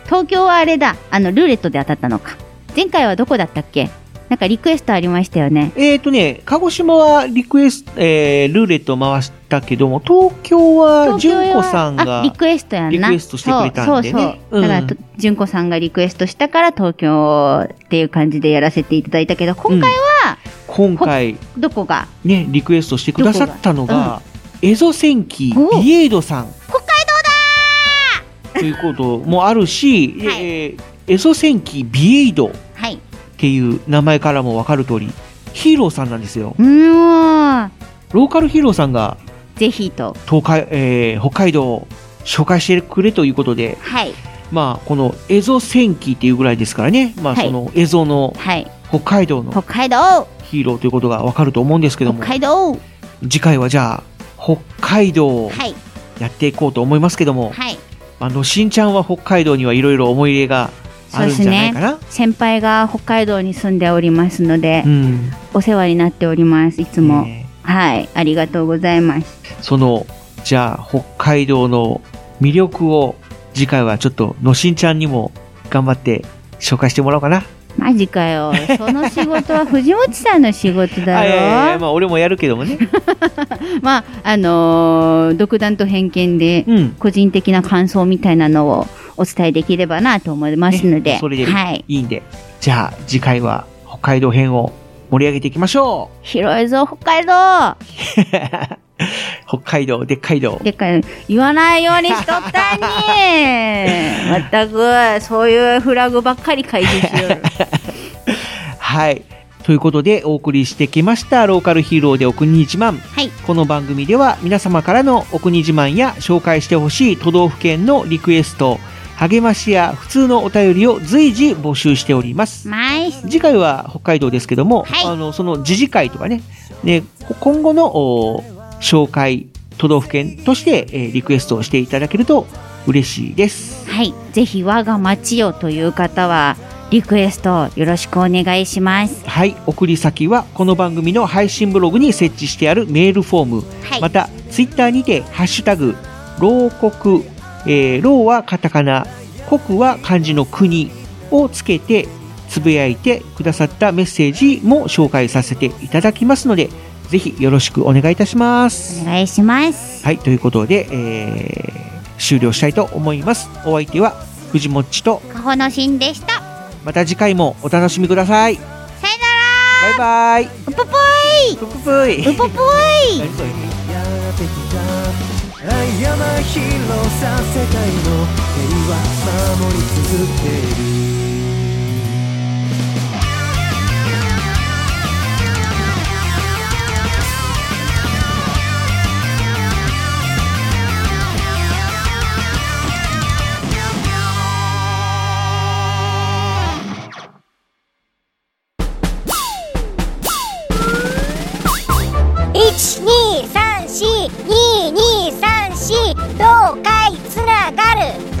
Speaker 5: 東京はあれだあのルーレットで当たったのか前回はどこだったっけなんかリクエストありましたよね
Speaker 4: えっ、とね、鹿児島はリクエスト、えールーレットを回したけども、東京は純子さん
Speaker 5: あ
Speaker 4: が
Speaker 5: リクエストやんな
Speaker 4: リクエストしてくれたんで
Speaker 5: そ
Speaker 4: ね
Speaker 5: うそうそうだからと純子さんがリクエストしたから東京っていう感じでやらせていただいたけど今回は、
Speaker 4: 今回、
Speaker 5: どこが
Speaker 4: ね、リクエストしてくださったのが、エゾ戦記ビエイドさん。北海道だということもある し、えーエゾ戦記ビエイドっ
Speaker 10: はい
Speaker 4: ていう名前からもわかる通り、ヒーローさんなんですよ。
Speaker 5: うーん
Speaker 4: ローカルヒーローさんが
Speaker 5: ぜひと
Speaker 4: 東海、えー北海道を紹介してくれということで、
Speaker 5: はい
Speaker 4: まあ、この蝦夷戦記っていうぐらいですからね、まあ、
Speaker 5: はい
Speaker 4: その蝦夷の
Speaker 5: はい
Speaker 4: 北海道の
Speaker 5: 北海道
Speaker 4: ヒーローということがわかると思うんですけども
Speaker 5: 北、海道
Speaker 4: 次回はじゃあ、北海道を
Speaker 10: はい
Speaker 4: やっていこうと思いますけども、
Speaker 10: はい
Speaker 4: あのしんちゃんは北海道にはいろいろ思い入れが
Speaker 5: そう
Speaker 4: あ
Speaker 5: で
Speaker 4: るん
Speaker 5: す
Speaker 4: じゃない
Speaker 5: ね
Speaker 4: かな。
Speaker 5: 先輩が北海道に住んでおりますので、
Speaker 4: うん
Speaker 5: お世話になっておりますいつも、はいありがとうございます
Speaker 4: そのじゃあ北海道の魅力を次回はちょっとのしんちゃんにも頑張って紹介してもらおうかな。
Speaker 5: マジかよその仕事は藤本さんの仕事だ
Speaker 4: あいやいやい
Speaker 5: ろ
Speaker 4: やまあ俺もやるけどもね。
Speaker 5: まああのー独断と偏見で個人的な感想みたいなのをお伝えできればなと思いますので、
Speaker 4: それで
Speaker 5: はい
Speaker 4: いいんで、じゃあ次回は北海道編を盛り上げていきましょう
Speaker 5: 広いぞ北海道
Speaker 4: 北海道でっかい道
Speaker 5: でっかい言わないようにしとったんにまったくそういうフラグばっかり開示しよる
Speaker 4: はいということでお送りしてきました「ローカルヒーローでお国自慢」
Speaker 5: はい、
Speaker 4: この番組では皆様からのお国自慢や紹介してほしい都道府県のリクエスト励ましや普通のお便りを随時募集しております次回は北海道ですけども、あのその時事会とかねねこ今後のお紹介都道府県として、えーリクエストをしていただけると嬉しい です
Speaker 5: はい、ぜひ我が町よという方はリクエストよろしくお願いします
Speaker 4: はい送り先はこの番組の配信ブログに設置してあるメールフォーム、またツイッターにて「ハッシュタグ牢国」えー、牢はカタカナ国は漢字の国をつけてつぶやいてくださったメッセージも紹介させていただきますのでぜひよろしくお願いいたします
Speaker 5: お願いします
Speaker 4: はいということで、えー終了したいと思いますお相手は藤もっちと
Speaker 10: カホのシンでした
Speaker 4: また次回もお楽しみください
Speaker 10: さよ
Speaker 4: ならバイバイ
Speaker 10: うぽぽいう
Speaker 4: ぽぽいう
Speaker 10: ぽぽい
Speaker 4: 何それ
Speaker 19: やってきたライアマヒーローさん世界の平和守り続ける
Speaker 2: 一二三四二二三四東海つながる